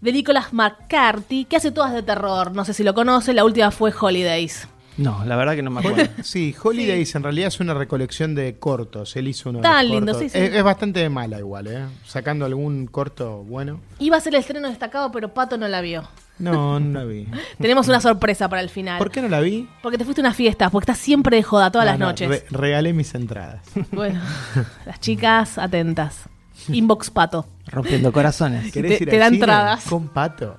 [SPEAKER 1] De Nicolas McCarthy, que hace todas de terror. No sé si lo conoce, la última fue Holidays.
[SPEAKER 6] No, la verdad que no me acuerdo.
[SPEAKER 5] Sí, Holidays en realidad es una recolección de cortos. Él hizo uno de
[SPEAKER 1] Está
[SPEAKER 5] los
[SPEAKER 1] lindo,
[SPEAKER 5] cortos.
[SPEAKER 1] sí, sí.
[SPEAKER 5] Es, es bastante mala igual, ¿eh? Sacando algún corto bueno.
[SPEAKER 1] Iba a ser el estreno destacado, pero Pato no la vio.
[SPEAKER 5] No, no la vi.
[SPEAKER 1] Tenemos una sorpresa para el final.
[SPEAKER 5] ¿Por qué no la vi?
[SPEAKER 1] Porque te fuiste a unas fiestas, porque estás siempre de joda todas
[SPEAKER 5] No,
[SPEAKER 1] las
[SPEAKER 5] no,
[SPEAKER 1] noches.
[SPEAKER 5] re- regalé mis entradas.
[SPEAKER 1] Bueno, las chicas atentas. Inbox Pato.
[SPEAKER 6] Rompiendo corazones.
[SPEAKER 5] ¿Querés
[SPEAKER 1] Te-
[SPEAKER 5] ir
[SPEAKER 1] te
[SPEAKER 5] al
[SPEAKER 1] da
[SPEAKER 5] cine?
[SPEAKER 1] entradas.
[SPEAKER 5] Con pato.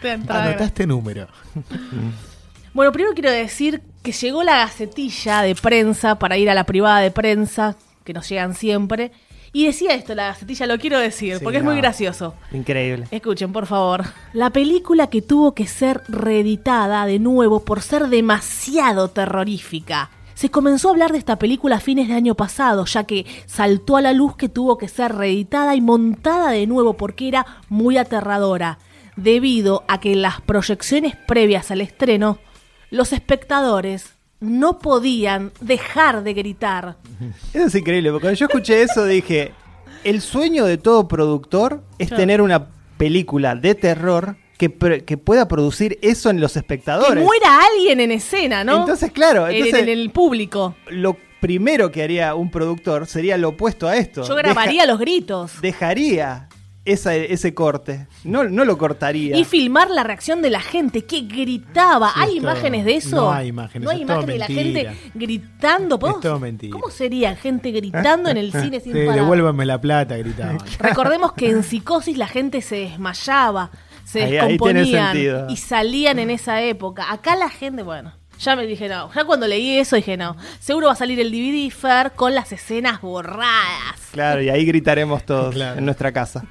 [SPEAKER 1] Te entra-
[SPEAKER 5] Anotaste número.
[SPEAKER 1] eh. Bueno, primero quiero decir que llegó la gacetilla de prensa para ir a la privada de prensa, que nos llegan siempre. Y decía esto, la gacetilla, lo quiero decir,
[SPEAKER 5] Sí,
[SPEAKER 1] porque es
[SPEAKER 5] no.
[SPEAKER 1] muy gracioso.
[SPEAKER 6] Increíble.
[SPEAKER 1] Escuchen, por favor. La película que tuvo que ser reeditada de nuevo por ser demasiado terrorífica. Se comenzó a hablar de esta película a fines de año pasado, ya que saltó a la luz que tuvo que ser reeditada y montada de nuevo porque era muy aterradora, debido a que en las proyecciones previas al estreno, los espectadores no podían dejar de gritar.
[SPEAKER 6] Eso es increíble, porque cuando yo escuché eso dije, el sueño de todo productor es tener una película de terror que, pr- que pueda producir eso en los
[SPEAKER 1] Que
[SPEAKER 6] espectadores.
[SPEAKER 1] muera alguien en escena, ¿no? Eh,
[SPEAKER 6] Entonces, claro,
[SPEAKER 1] En-
[SPEAKER 6] entonces-
[SPEAKER 1] en el público.
[SPEAKER 6] Lo primero que haría un productor sería lo opuesto a esto.
[SPEAKER 1] Yo grabaría
[SPEAKER 6] Deja-
[SPEAKER 1] los gritos.
[SPEAKER 6] Dejaría esa- ese corte, no, no lo cortaría.
[SPEAKER 1] Y filmar la reacción de la gente que gritaba.
[SPEAKER 5] Sí,
[SPEAKER 1] ¿Hay
[SPEAKER 5] es todo-
[SPEAKER 1] imágenes de eso?
[SPEAKER 5] no hay imágenes,
[SPEAKER 1] No hay
[SPEAKER 5] es todo
[SPEAKER 1] imágenes de la
[SPEAKER 5] mentira.
[SPEAKER 1] gente gritando. ¿Podemos-
[SPEAKER 5] Es todo mentira.
[SPEAKER 1] ¿Cómo sería gente gritando en el cine
[SPEAKER 5] Sí,
[SPEAKER 1] sin parar?
[SPEAKER 5] devuélvanme la plata, gritaban.
[SPEAKER 1] Recordemos que en psicosis la gente se desmayaba, se
[SPEAKER 6] Ahí- ahí tiene
[SPEAKER 1] descomponían
[SPEAKER 6] sentido.
[SPEAKER 1] y salían en esa época. Acá la gente, bueno. Ya me dije no, ya cuando leí eso dije no, seguro va a salir el DVD Fer con las escenas borradas.
[SPEAKER 6] Claro, y ahí gritaremos todos
[SPEAKER 5] Claro.
[SPEAKER 6] en nuestra casa.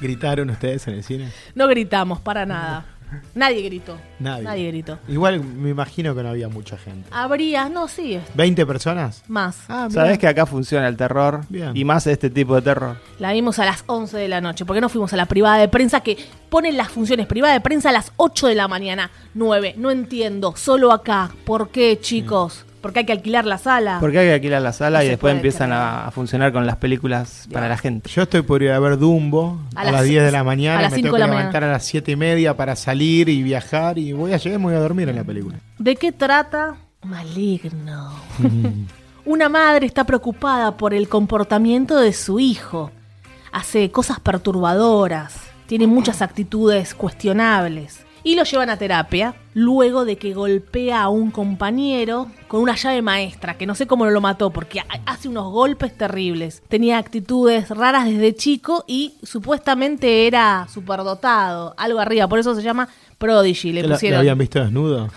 [SPEAKER 5] ¿Gritaron ustedes en el cine?
[SPEAKER 1] No gritamos para nada. Nadie gritó.
[SPEAKER 5] Nadie.
[SPEAKER 1] Nadie gritó.
[SPEAKER 5] Igual me imagino que no había mucha gente.
[SPEAKER 1] Habría, no, sí,
[SPEAKER 5] ¿20 personas?
[SPEAKER 1] más.
[SPEAKER 5] Ah, mirá.
[SPEAKER 6] Sabes que acá funciona el terror
[SPEAKER 5] Bien.
[SPEAKER 6] y más este tipo de terror.
[SPEAKER 1] La vimos a las 11 de la noche, porque no fuimos a la privada de prensa que ponen las funciones privada de prensa a las 8 de la mañana, 9. No entiendo, solo acá. ¿Por qué, chicos? Porque hay que alquilar la sala.
[SPEAKER 6] Porque hay que alquilar la sala
[SPEAKER 1] No
[SPEAKER 6] y
[SPEAKER 1] se
[SPEAKER 6] después
[SPEAKER 1] puede
[SPEAKER 6] empiezan
[SPEAKER 1] cargar.
[SPEAKER 6] a, a funcionar con las películas para la gente.
[SPEAKER 5] Yo estoy por ir a ver Dumbo
[SPEAKER 1] A
[SPEAKER 5] a,
[SPEAKER 1] las
[SPEAKER 5] las 10 de
[SPEAKER 1] seis-
[SPEAKER 5] la mañana.
[SPEAKER 1] a las
[SPEAKER 5] me
[SPEAKER 1] cinco
[SPEAKER 5] tengo
[SPEAKER 1] de
[SPEAKER 5] que
[SPEAKER 1] la
[SPEAKER 5] levantar a las 7 y media para salir y viajar. Y voy a llegar y me voy a dormir en la película.
[SPEAKER 1] ¿De qué trata? Maligno. Una madre está preocupada por el comportamiento de su hijo. Hace cosas perturbadoras, tiene muchas actitudes cuestionables. Y lo llevan a terapia luego de que golpea a un compañero con una llave maestra, que no sé cómo lo mató, porque ha- hace unos golpes terribles. Tenía actitudes raras desde chico y supuestamente era superdotado, algo arriba, por eso se llama Prodigy. Le
[SPEAKER 5] ¿Qué ¿Lo, lo
[SPEAKER 1] pusieron
[SPEAKER 5] habían visto desnudo?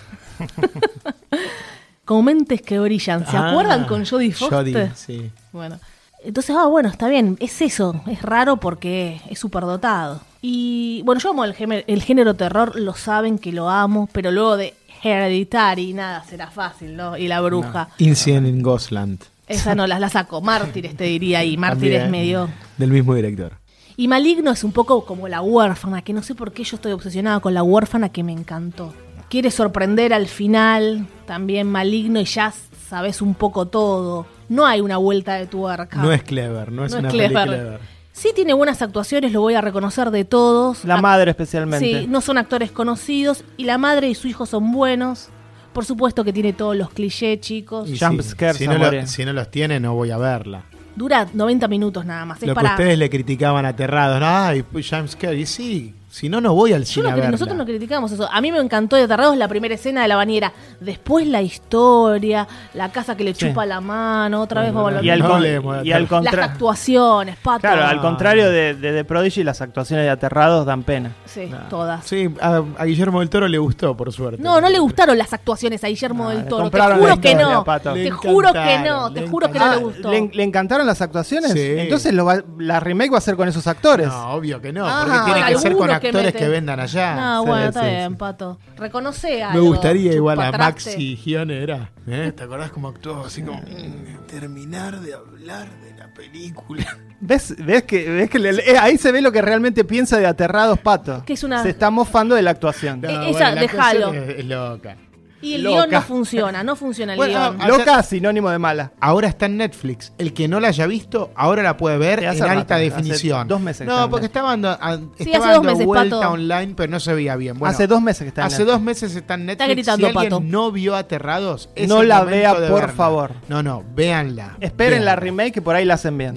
[SPEAKER 1] con mentes que brillan. ¿Se
[SPEAKER 5] Ah,
[SPEAKER 1] acuerdan con Jodie Foster?
[SPEAKER 5] Jodie, sí.
[SPEAKER 1] Bueno. Entonces, ah, bueno, está bien, es eso, es raro porque es superdotado. Y bueno, yo amo el, géme- el género terror, lo saben que lo amo, pero luego de Hereditary, nada, será fácil, ¿no? Y la bruja.
[SPEAKER 5] Incident in Gosland.
[SPEAKER 1] Esa no, las la saco. Mártires te diría ahí, Mártires
[SPEAKER 5] También,
[SPEAKER 1] medio...
[SPEAKER 5] Del mismo director.
[SPEAKER 1] Y Maligno es un poco como la huérfana, que no sé por qué yo estoy obsesionada con la huérfana que me encantó. Quiere sorprender al final, también Maligno, y ya sabes un poco todo. No hay una vuelta de tuerca.
[SPEAKER 5] No es clever, no es
[SPEAKER 1] No es
[SPEAKER 5] una
[SPEAKER 1] clever.
[SPEAKER 5] peli clever.
[SPEAKER 1] Sí tiene buenas actuaciones, lo voy a reconocer de todos.
[SPEAKER 6] La
[SPEAKER 1] Ac-
[SPEAKER 6] madre especialmente.
[SPEAKER 1] Ah, Sí, no son actores conocidos y la madre y su hijo son buenos. Por supuesto que tiene todos los clichés, chicos.
[SPEAKER 5] Y
[SPEAKER 6] Jump
[SPEAKER 5] si-
[SPEAKER 6] scares
[SPEAKER 5] si,
[SPEAKER 6] a
[SPEAKER 5] no lo-
[SPEAKER 6] morir.
[SPEAKER 5] si no los tiene, no voy a verla.
[SPEAKER 1] Dura 90 minutos nada más. Es
[SPEAKER 5] Lo
[SPEAKER 1] para...
[SPEAKER 5] que ustedes le criticaban aterrados, ¿no? Ay, pues, jumpscare. Y sí, si no, no voy al
[SPEAKER 1] Yo
[SPEAKER 5] cine
[SPEAKER 1] no
[SPEAKER 5] a
[SPEAKER 1] cri-
[SPEAKER 5] verla.
[SPEAKER 1] nosotros no criticamos eso. A mí me encantó de Aterrados la primera escena de la bañera. Después la historia, la casa que le
[SPEAKER 6] Sí.
[SPEAKER 1] chupa la mano, otra vez vamos a lo
[SPEAKER 6] Y al,
[SPEAKER 5] No
[SPEAKER 6] con-
[SPEAKER 5] hablemos de
[SPEAKER 6] y al
[SPEAKER 5] aterrado.
[SPEAKER 1] Las
[SPEAKER 6] contra-
[SPEAKER 1] actuaciones, pato.
[SPEAKER 6] Claro, al contrario de, de The Prodigy, las actuaciones de Aterrados dan pena.
[SPEAKER 1] Sí, todas.
[SPEAKER 5] Sí, a, a Guillermo del Toro le gustó, por suerte.
[SPEAKER 1] No, no le gustaron las actuaciones a Guillermo
[SPEAKER 6] Ah,
[SPEAKER 1] del
[SPEAKER 6] le
[SPEAKER 1] Toro. Te
[SPEAKER 6] compraron la
[SPEAKER 1] juro que
[SPEAKER 6] historia,
[SPEAKER 1] no.
[SPEAKER 6] Pato.
[SPEAKER 1] Te
[SPEAKER 5] Le
[SPEAKER 1] juro que no.
[SPEAKER 5] encantaron,
[SPEAKER 1] Te
[SPEAKER 5] le
[SPEAKER 1] juro que no le
[SPEAKER 5] encantaron.
[SPEAKER 1] gustó.
[SPEAKER 6] Ah, ¿Le, le encantaron las actuaciones?
[SPEAKER 5] Sí.
[SPEAKER 6] Entonces lo va- la remake va a ser con esos actores.
[SPEAKER 5] No, obvio que no,
[SPEAKER 1] Ah,
[SPEAKER 5] porque tiene que ser con
[SPEAKER 1] algunos que
[SPEAKER 5] actores que,
[SPEAKER 1] meten.
[SPEAKER 5] vendan allá.
[SPEAKER 1] Ah,
[SPEAKER 5] Sí,
[SPEAKER 1] bueno, está
[SPEAKER 5] sí,
[SPEAKER 1] bien,
[SPEAKER 5] sí.
[SPEAKER 1] Pato. Reconoce
[SPEAKER 5] Me
[SPEAKER 1] algo,
[SPEAKER 5] gustaría igual a
[SPEAKER 1] chupatraste.
[SPEAKER 5] Maxi Gione era. ¿eh? ¿Te acordás cómo actuó? Así como mm, terminar de hablar de la película.
[SPEAKER 6] ¿Ves, ves que, ves que le- eh, ahí se ve lo que realmente piensa de Aterrados Pato?
[SPEAKER 1] Que es una-
[SPEAKER 6] Se está mofando de la actuación.
[SPEAKER 1] Eh, esa,
[SPEAKER 5] la
[SPEAKER 1] dejalo.
[SPEAKER 5] actuación Es, es loca.
[SPEAKER 1] Y el
[SPEAKER 6] Loca.
[SPEAKER 1] guión no funciona, no funciona el
[SPEAKER 5] Bueno,
[SPEAKER 1] guión.
[SPEAKER 5] ah,
[SPEAKER 6] Loca, sinónimo de mala.
[SPEAKER 5] Ahora está en Netflix. El que no la haya visto, ahora la puede ver
[SPEAKER 6] Sí,
[SPEAKER 5] en
[SPEAKER 6] hace
[SPEAKER 5] alta
[SPEAKER 6] rato, hace
[SPEAKER 5] definición.
[SPEAKER 6] dos meses que está
[SPEAKER 5] No,
[SPEAKER 6] en
[SPEAKER 5] porque estaba dando, a- estaba
[SPEAKER 1] hace dos
[SPEAKER 5] dando
[SPEAKER 1] meses,
[SPEAKER 5] vuelta
[SPEAKER 1] Pato.
[SPEAKER 5] online, pero no se veía bien. Bueno,
[SPEAKER 6] hace dos meses que está en
[SPEAKER 5] Hace
[SPEAKER 6] la-
[SPEAKER 5] dos meses está en Netflix.
[SPEAKER 1] gritando,
[SPEAKER 5] si alguien
[SPEAKER 1] Pato.
[SPEAKER 5] no vio Aterrados, es
[SPEAKER 6] No
[SPEAKER 5] el
[SPEAKER 6] la
[SPEAKER 5] momento
[SPEAKER 6] vea,
[SPEAKER 5] de
[SPEAKER 6] por
[SPEAKER 5] verla.
[SPEAKER 6] favor.
[SPEAKER 5] No, no, véanla.
[SPEAKER 6] Esperen la
[SPEAKER 5] Véanla.
[SPEAKER 6] remake que por ahí la hacen bien.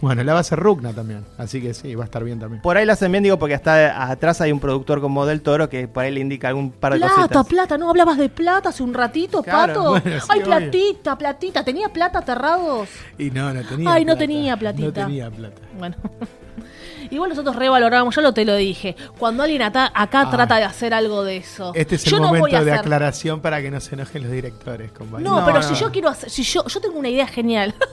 [SPEAKER 5] Bueno, la va a hacer Rugna también. Así que sí, va a estar bien también.
[SPEAKER 6] Por ahí la hacen bien, digo, porque hasta atrás hay un productor como Del Toro que por ahí le indica algún par de
[SPEAKER 1] Plata,
[SPEAKER 6] cositas.
[SPEAKER 1] plata, ¿no hablabas de plata hace un ratito,
[SPEAKER 6] Claro,
[SPEAKER 1] Pato?
[SPEAKER 5] bueno, sí,
[SPEAKER 1] Ay,
[SPEAKER 5] obvio.
[SPEAKER 1] platita, platita. ¿Tenía plata aterrados?
[SPEAKER 5] Y no, no tenía.
[SPEAKER 1] Ay, no
[SPEAKER 5] plata.
[SPEAKER 1] tenía platita.
[SPEAKER 5] No tenía plata.
[SPEAKER 1] Bueno. Igual nosotros revaloramos, ya lo te lo dije. Cuando alguien ata- acá
[SPEAKER 5] Ah.
[SPEAKER 1] trata de hacer algo de eso.
[SPEAKER 5] Este es el
[SPEAKER 1] yo no voy
[SPEAKER 5] momento
[SPEAKER 1] a
[SPEAKER 5] de
[SPEAKER 1] hacer-
[SPEAKER 5] aclaración para que no se enojen los directores. Con
[SPEAKER 1] No,
[SPEAKER 6] No,
[SPEAKER 1] pero
[SPEAKER 6] no,
[SPEAKER 1] si
[SPEAKER 6] no.
[SPEAKER 1] yo quiero hacer, si yo, yo tengo una idea genial.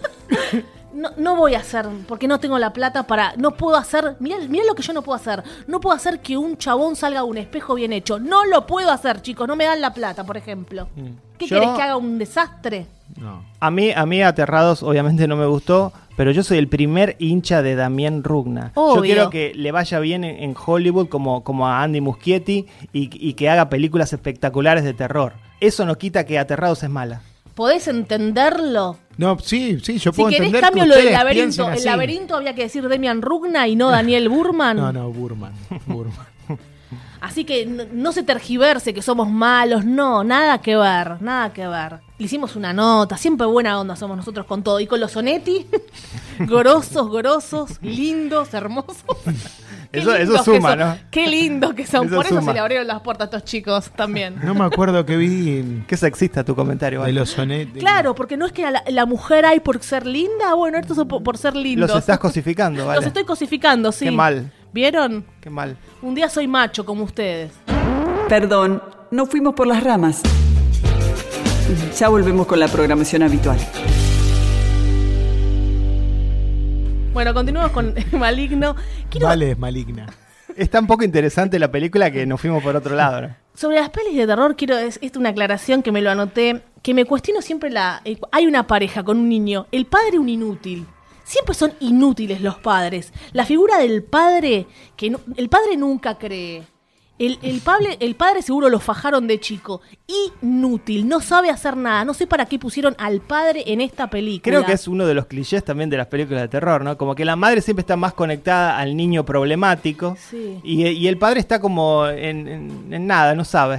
[SPEAKER 1] No, no voy a hacer, porque no tengo la plata para. No puedo hacer. Mirá, mirá lo que yo no puedo hacer. No puedo hacer que un chabón salga a un espejo bien hecho. No lo puedo hacer, chicos. No me dan la plata, por ejemplo.
[SPEAKER 5] Mm.
[SPEAKER 1] ¿Qué
[SPEAKER 6] Yo-
[SPEAKER 1] querés que haga un desastre?
[SPEAKER 5] No.
[SPEAKER 6] A mí, a mí Aterrados obviamente no me gustó, pero yo soy el primer hincha de Damián Rugna. Yo
[SPEAKER 1] Obvio.
[SPEAKER 6] quiero que le vaya bien en, en Hollywood como, como a Andy Muschietti y, y que haga películas espectaculares de terror. Eso no quita que Aterrados es mala.
[SPEAKER 1] ¿Podés entenderlo?
[SPEAKER 5] No, sí, sí, yo
[SPEAKER 1] Si
[SPEAKER 5] puedo
[SPEAKER 1] querés,
[SPEAKER 5] entender
[SPEAKER 1] cambio
[SPEAKER 5] que
[SPEAKER 1] lo del
[SPEAKER 5] ustedes
[SPEAKER 1] laberinto.
[SPEAKER 5] piensen
[SPEAKER 1] El
[SPEAKER 5] así.
[SPEAKER 1] laberinto había que decir Demian Rugna y no Daniel Burman.
[SPEAKER 5] No, no, Burman. Burman.
[SPEAKER 1] Así que no, no se tergiverse que somos malos, no, nada que ver, nada que ver. Le hicimos una nota, siempre buena onda somos nosotros con todo. Y con los Sonetti, grosos, grosos, lindos, hermosos. Qué
[SPEAKER 6] Eso- eso
[SPEAKER 1] lindos que
[SPEAKER 6] suma,
[SPEAKER 1] son,
[SPEAKER 6] ¿no?
[SPEAKER 1] Qué lindos que son,
[SPEAKER 6] Eso
[SPEAKER 1] por eso
[SPEAKER 6] suma.
[SPEAKER 1] se le abrieron las puertas a estos chicos también.
[SPEAKER 5] no me acuerdo que vi en-
[SPEAKER 6] Qué sexista tu comentario.
[SPEAKER 5] de
[SPEAKER 6] Vale.
[SPEAKER 5] los sonetes.
[SPEAKER 1] Claro, porque no es que a la, la mujer hay por ser linda, bueno, estos son por, por ser lindos.
[SPEAKER 6] Los estás cosificando, ¿vale?
[SPEAKER 1] Los estoy cosificando, sí.
[SPEAKER 6] Qué mal.
[SPEAKER 1] ¿Vieron?
[SPEAKER 6] Qué mal.
[SPEAKER 1] Un día soy macho como ustedes.
[SPEAKER 7] Perdón, no fuimos por las ramas. Ya volvemos con la programación habitual.
[SPEAKER 1] Bueno, continuamos con Maligno. Quiero
[SPEAKER 5] Vale, es maligna.
[SPEAKER 6] Es tan poco interesante la película que nos fuimos por otro lado. ¿no?
[SPEAKER 1] Sobre las pelis de terror, quiero es, es una aclaración que me lo anoté, que me cuestiono siempre la... el- hay una pareja con un niño, el padre un inútil. Siempre son inútiles los padres. La figura del padre, que no- el padre nunca cree. El, el, padre, el padre seguro lo fajaron de chico. Inútil, no sabe hacer nada. No sé para qué pusieron al padre en esta película.
[SPEAKER 6] Creo que es uno de los clichés también de las películas de terror, ¿no? Como que la madre siempre está más conectada al niño problemático
[SPEAKER 1] Sí.
[SPEAKER 6] y, eh, y el padre está como en, en- en nada, no sabe.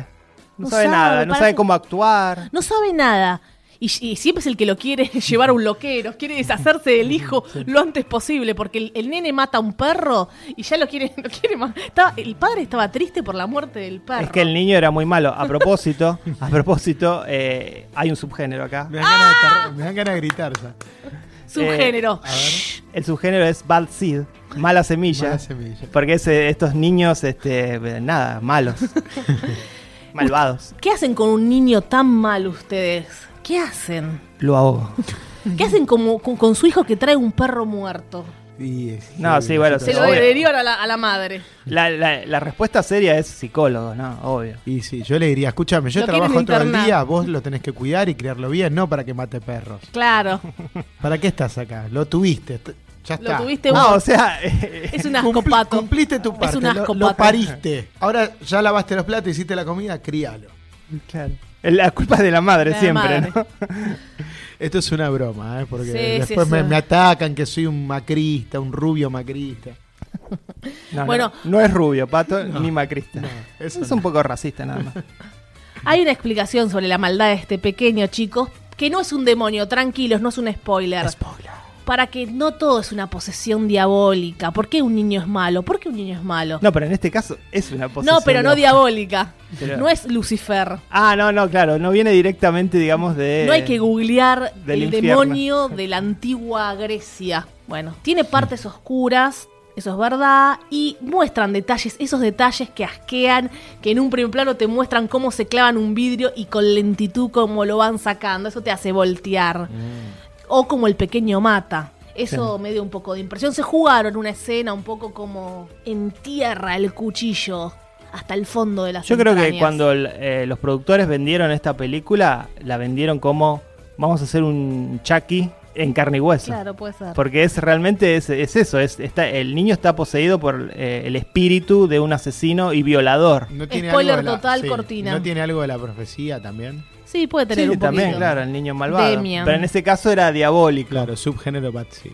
[SPEAKER 6] No,
[SPEAKER 1] No
[SPEAKER 6] sabe,
[SPEAKER 1] sabe,
[SPEAKER 6] nada, no
[SPEAKER 1] parece-
[SPEAKER 6] sabe cómo actuar.
[SPEAKER 1] No sabe nada. Y, y siempre es el que lo quiere llevar a un loquero, quiere deshacerse del hijo lo antes posible, porque el, el nene mata a un perro y ya lo quiere, lo quiere ma- estaba- el padre estaba triste por la muerte del perro.
[SPEAKER 6] Es que el niño era muy malo. A propósito, a propósito, eh, hay un subgénero acá.
[SPEAKER 5] Me dan, ganas,
[SPEAKER 1] Ah.
[SPEAKER 5] de atar- me dan ganas de gritar. ya.
[SPEAKER 1] Subgénero.
[SPEAKER 6] Eh, El subgénero es bad seed, mala semilla.
[SPEAKER 5] Mala semilla.
[SPEAKER 6] Porque es eh, estos niños, este, nada, malos. Malvados.
[SPEAKER 1] ¿Qué hacen con un niño tan mal ustedes? ¿Qué hacen?
[SPEAKER 6] Lo ahogo.
[SPEAKER 1] ¿Qué hacen como, con, con su hijo que trae un perro muerto?
[SPEAKER 5] Y es-
[SPEAKER 6] No, sí, bueno,
[SPEAKER 1] Se lo
[SPEAKER 6] Obvio.
[SPEAKER 1] derivan a la, a la madre.
[SPEAKER 6] La, la- la respuesta seria es psicólogo, ¿no? Obvio.
[SPEAKER 5] Y sí, yo le diría, escúchame, yo
[SPEAKER 1] Lo quieren
[SPEAKER 5] trabajo todo el
[SPEAKER 1] internar.
[SPEAKER 5] día, vos lo tenés que cuidar y criarlo bien, no para que mate perros.
[SPEAKER 1] Claro,
[SPEAKER 5] ¿Para qué estás acá? Lo tuviste, t- ya
[SPEAKER 1] lo
[SPEAKER 5] está.
[SPEAKER 1] tuviste
[SPEAKER 6] Ah,
[SPEAKER 1] vos.
[SPEAKER 6] o sea, eh,
[SPEAKER 1] Es un
[SPEAKER 5] Cumpli-
[SPEAKER 1] ascopato.
[SPEAKER 5] Cumpliste tu parte,
[SPEAKER 1] un
[SPEAKER 5] lo-
[SPEAKER 1] asco,
[SPEAKER 5] lo,
[SPEAKER 1] Pato.
[SPEAKER 5] pariste. Ahora ya lavaste los platos, hiciste la comida, críalo.
[SPEAKER 6] claro. La culpa es de la madre
[SPEAKER 1] De la
[SPEAKER 6] siempre,
[SPEAKER 1] madre.
[SPEAKER 6] ¿no?
[SPEAKER 5] Esto es una broma, ¿eh? porque
[SPEAKER 1] Sí, sí,
[SPEAKER 5] después
[SPEAKER 1] es
[SPEAKER 5] me,
[SPEAKER 1] una-
[SPEAKER 5] me atacan que soy un macrista, un rubio macrista.
[SPEAKER 6] No, no,
[SPEAKER 1] Bueno.
[SPEAKER 6] no, es rubio, Pato, ni macrista.
[SPEAKER 5] eso
[SPEAKER 6] es
[SPEAKER 5] no.
[SPEAKER 6] un poco racista nada más.
[SPEAKER 1] Hay una explicación sobre la maldad de este pequeño, chicos, que no es un demonio, tranquilos, no es un spoiler. Para que no todo es una posesión diabólica. ¿Por qué un niño es malo? ¿Por qué un niño es malo?
[SPEAKER 6] No, pero en este caso es una posesión.
[SPEAKER 1] No, pero no
[SPEAKER 6] de-
[SPEAKER 1] diabólica.
[SPEAKER 6] Pero-
[SPEAKER 1] No es Lucifer.
[SPEAKER 6] Ah, no, no, claro, no viene directamente, digamos, de...
[SPEAKER 1] No hay que googlear
[SPEAKER 6] Eh, del
[SPEAKER 1] el
[SPEAKER 6] infierno.
[SPEAKER 1] demonio de la antigua Grecia. Bueno, tiene partes oscuras, eso es verdad, y muestran detalles, esos detalles que asquean, que en un primer plano te muestran cómo se clavan un vidrio y con lentitud cómo lo van sacando, eso te hace voltear.
[SPEAKER 6] Mm.
[SPEAKER 1] O como el pequeño mata. Eso me dio un poco de impresión. Se jugaron una escena un poco como entierra el cuchillo hasta el fondo de la
[SPEAKER 6] Yo creo que cuando el- eh, los productores vendieron esta película, la vendieron como vamos a hacer un Chucky en carne y hueso.
[SPEAKER 1] Claro, puede ser.
[SPEAKER 6] Porque es realmente es, es eso, es, está, el niño está poseído por eh, el espíritu de un asesino y violador.
[SPEAKER 5] No tiene
[SPEAKER 1] Spoiler
[SPEAKER 5] algo de la-
[SPEAKER 1] total, cortina.
[SPEAKER 5] ¿No tiene algo de la profecía también?
[SPEAKER 1] Sí, puede tener
[SPEAKER 6] Sí,
[SPEAKER 1] un
[SPEAKER 6] también,
[SPEAKER 1] poquito.
[SPEAKER 6] claro, el niño malvado.
[SPEAKER 1] Demian.
[SPEAKER 6] Pero en ese caso era diabólico.
[SPEAKER 5] Claro, subgénero Patsy.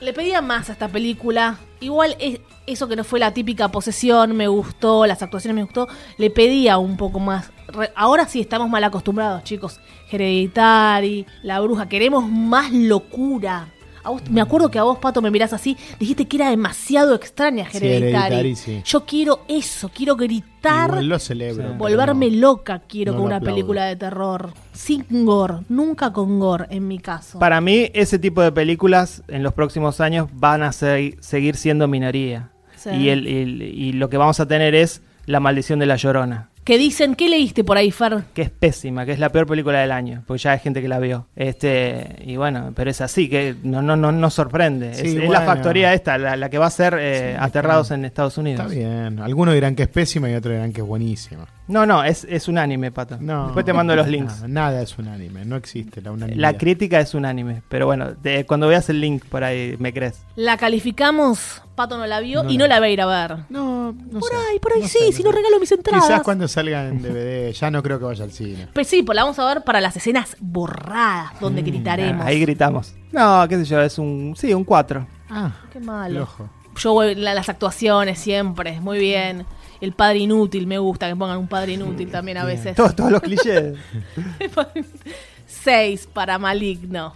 [SPEAKER 1] Le pedía más a esta película. Igual es, eso que no fue la típica posesión, me gustó, las actuaciones me gustó. Le pedía un poco más. Re- Ahora sí estamos mal acostumbrados, chicos. Hereditary, La Bruja, queremos más locura. A vos- me acuerdo que a vos, Pato, me mirás así. Dijiste que era demasiado extraña
[SPEAKER 5] Sí,
[SPEAKER 1] Hereditary.
[SPEAKER 5] Hereditary, sí.
[SPEAKER 1] Yo quiero eso, quiero gritar.
[SPEAKER 5] Igual lo celebro.
[SPEAKER 6] Sí.
[SPEAKER 5] pero
[SPEAKER 1] Volverme
[SPEAKER 5] no.
[SPEAKER 1] loca quiero
[SPEAKER 5] no
[SPEAKER 1] con
[SPEAKER 5] lo
[SPEAKER 1] una
[SPEAKER 5] aplaudo.
[SPEAKER 1] película de terror. Sin gore, nunca con gore en mi caso.
[SPEAKER 6] Para mí, ese tipo de películas en los próximos años van a se- seguir siendo minoría.
[SPEAKER 1] Sí.
[SPEAKER 6] Y, el- el- y lo que vamos a tener es La Maldición de la Llorona,
[SPEAKER 1] Que dicen, ¿qué leíste por ahí, Fer?
[SPEAKER 6] que es pésima, que es la peor película del año, porque ya hay gente que la vio. Este, y bueno, pero es así, que no, no, no, no sorprende.
[SPEAKER 5] Sí,
[SPEAKER 6] es, es
[SPEAKER 5] bueno.
[SPEAKER 6] la factoría esta, la, la que va a ser eh, Aterrados en Estados Unidos.
[SPEAKER 5] Está bien. Algunos dirán que es pésima y otros dirán que es buenísima.
[SPEAKER 6] No, no, es, es un anime, Pato.
[SPEAKER 5] No,
[SPEAKER 6] Después te mando los
[SPEAKER 5] no,
[SPEAKER 6] links.
[SPEAKER 5] nada es unánime, no existe la unanimidad.
[SPEAKER 6] La crítica es unánime, pero bueno, te- cuando veas el link por ahí me crees.
[SPEAKER 1] La calificamos, Pato no la vio
[SPEAKER 5] No
[SPEAKER 1] y
[SPEAKER 5] la
[SPEAKER 1] no la va a ir a ver.
[SPEAKER 5] No, no
[SPEAKER 1] Por
[SPEAKER 5] sé,
[SPEAKER 1] ahí, por ahí
[SPEAKER 5] no
[SPEAKER 1] sí,
[SPEAKER 5] sé, no
[SPEAKER 1] si no
[SPEAKER 5] sé.
[SPEAKER 1] regalo mis entradas.
[SPEAKER 5] Quizás cuando salga en DVD, ya no creo que vaya al cine.
[SPEAKER 1] Pues sí, pues la vamos a ver para las escenas borradas
[SPEAKER 5] Mm,
[SPEAKER 1] donde gritaremos.
[SPEAKER 6] Ahí gritamos. No, qué sé yo, es un. Sí, un 4.
[SPEAKER 5] Ah,
[SPEAKER 1] Qué malo.
[SPEAKER 5] el ojo.
[SPEAKER 1] Yo voy la- las actuaciones siempre, muy bien. El padre inútil, me gusta que pongan un padre inútil también a veces.
[SPEAKER 6] Todos, todos los clichés.
[SPEAKER 1] Seis para maligno.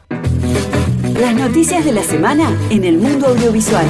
[SPEAKER 7] Las noticias de la semana en el mundo audiovisual.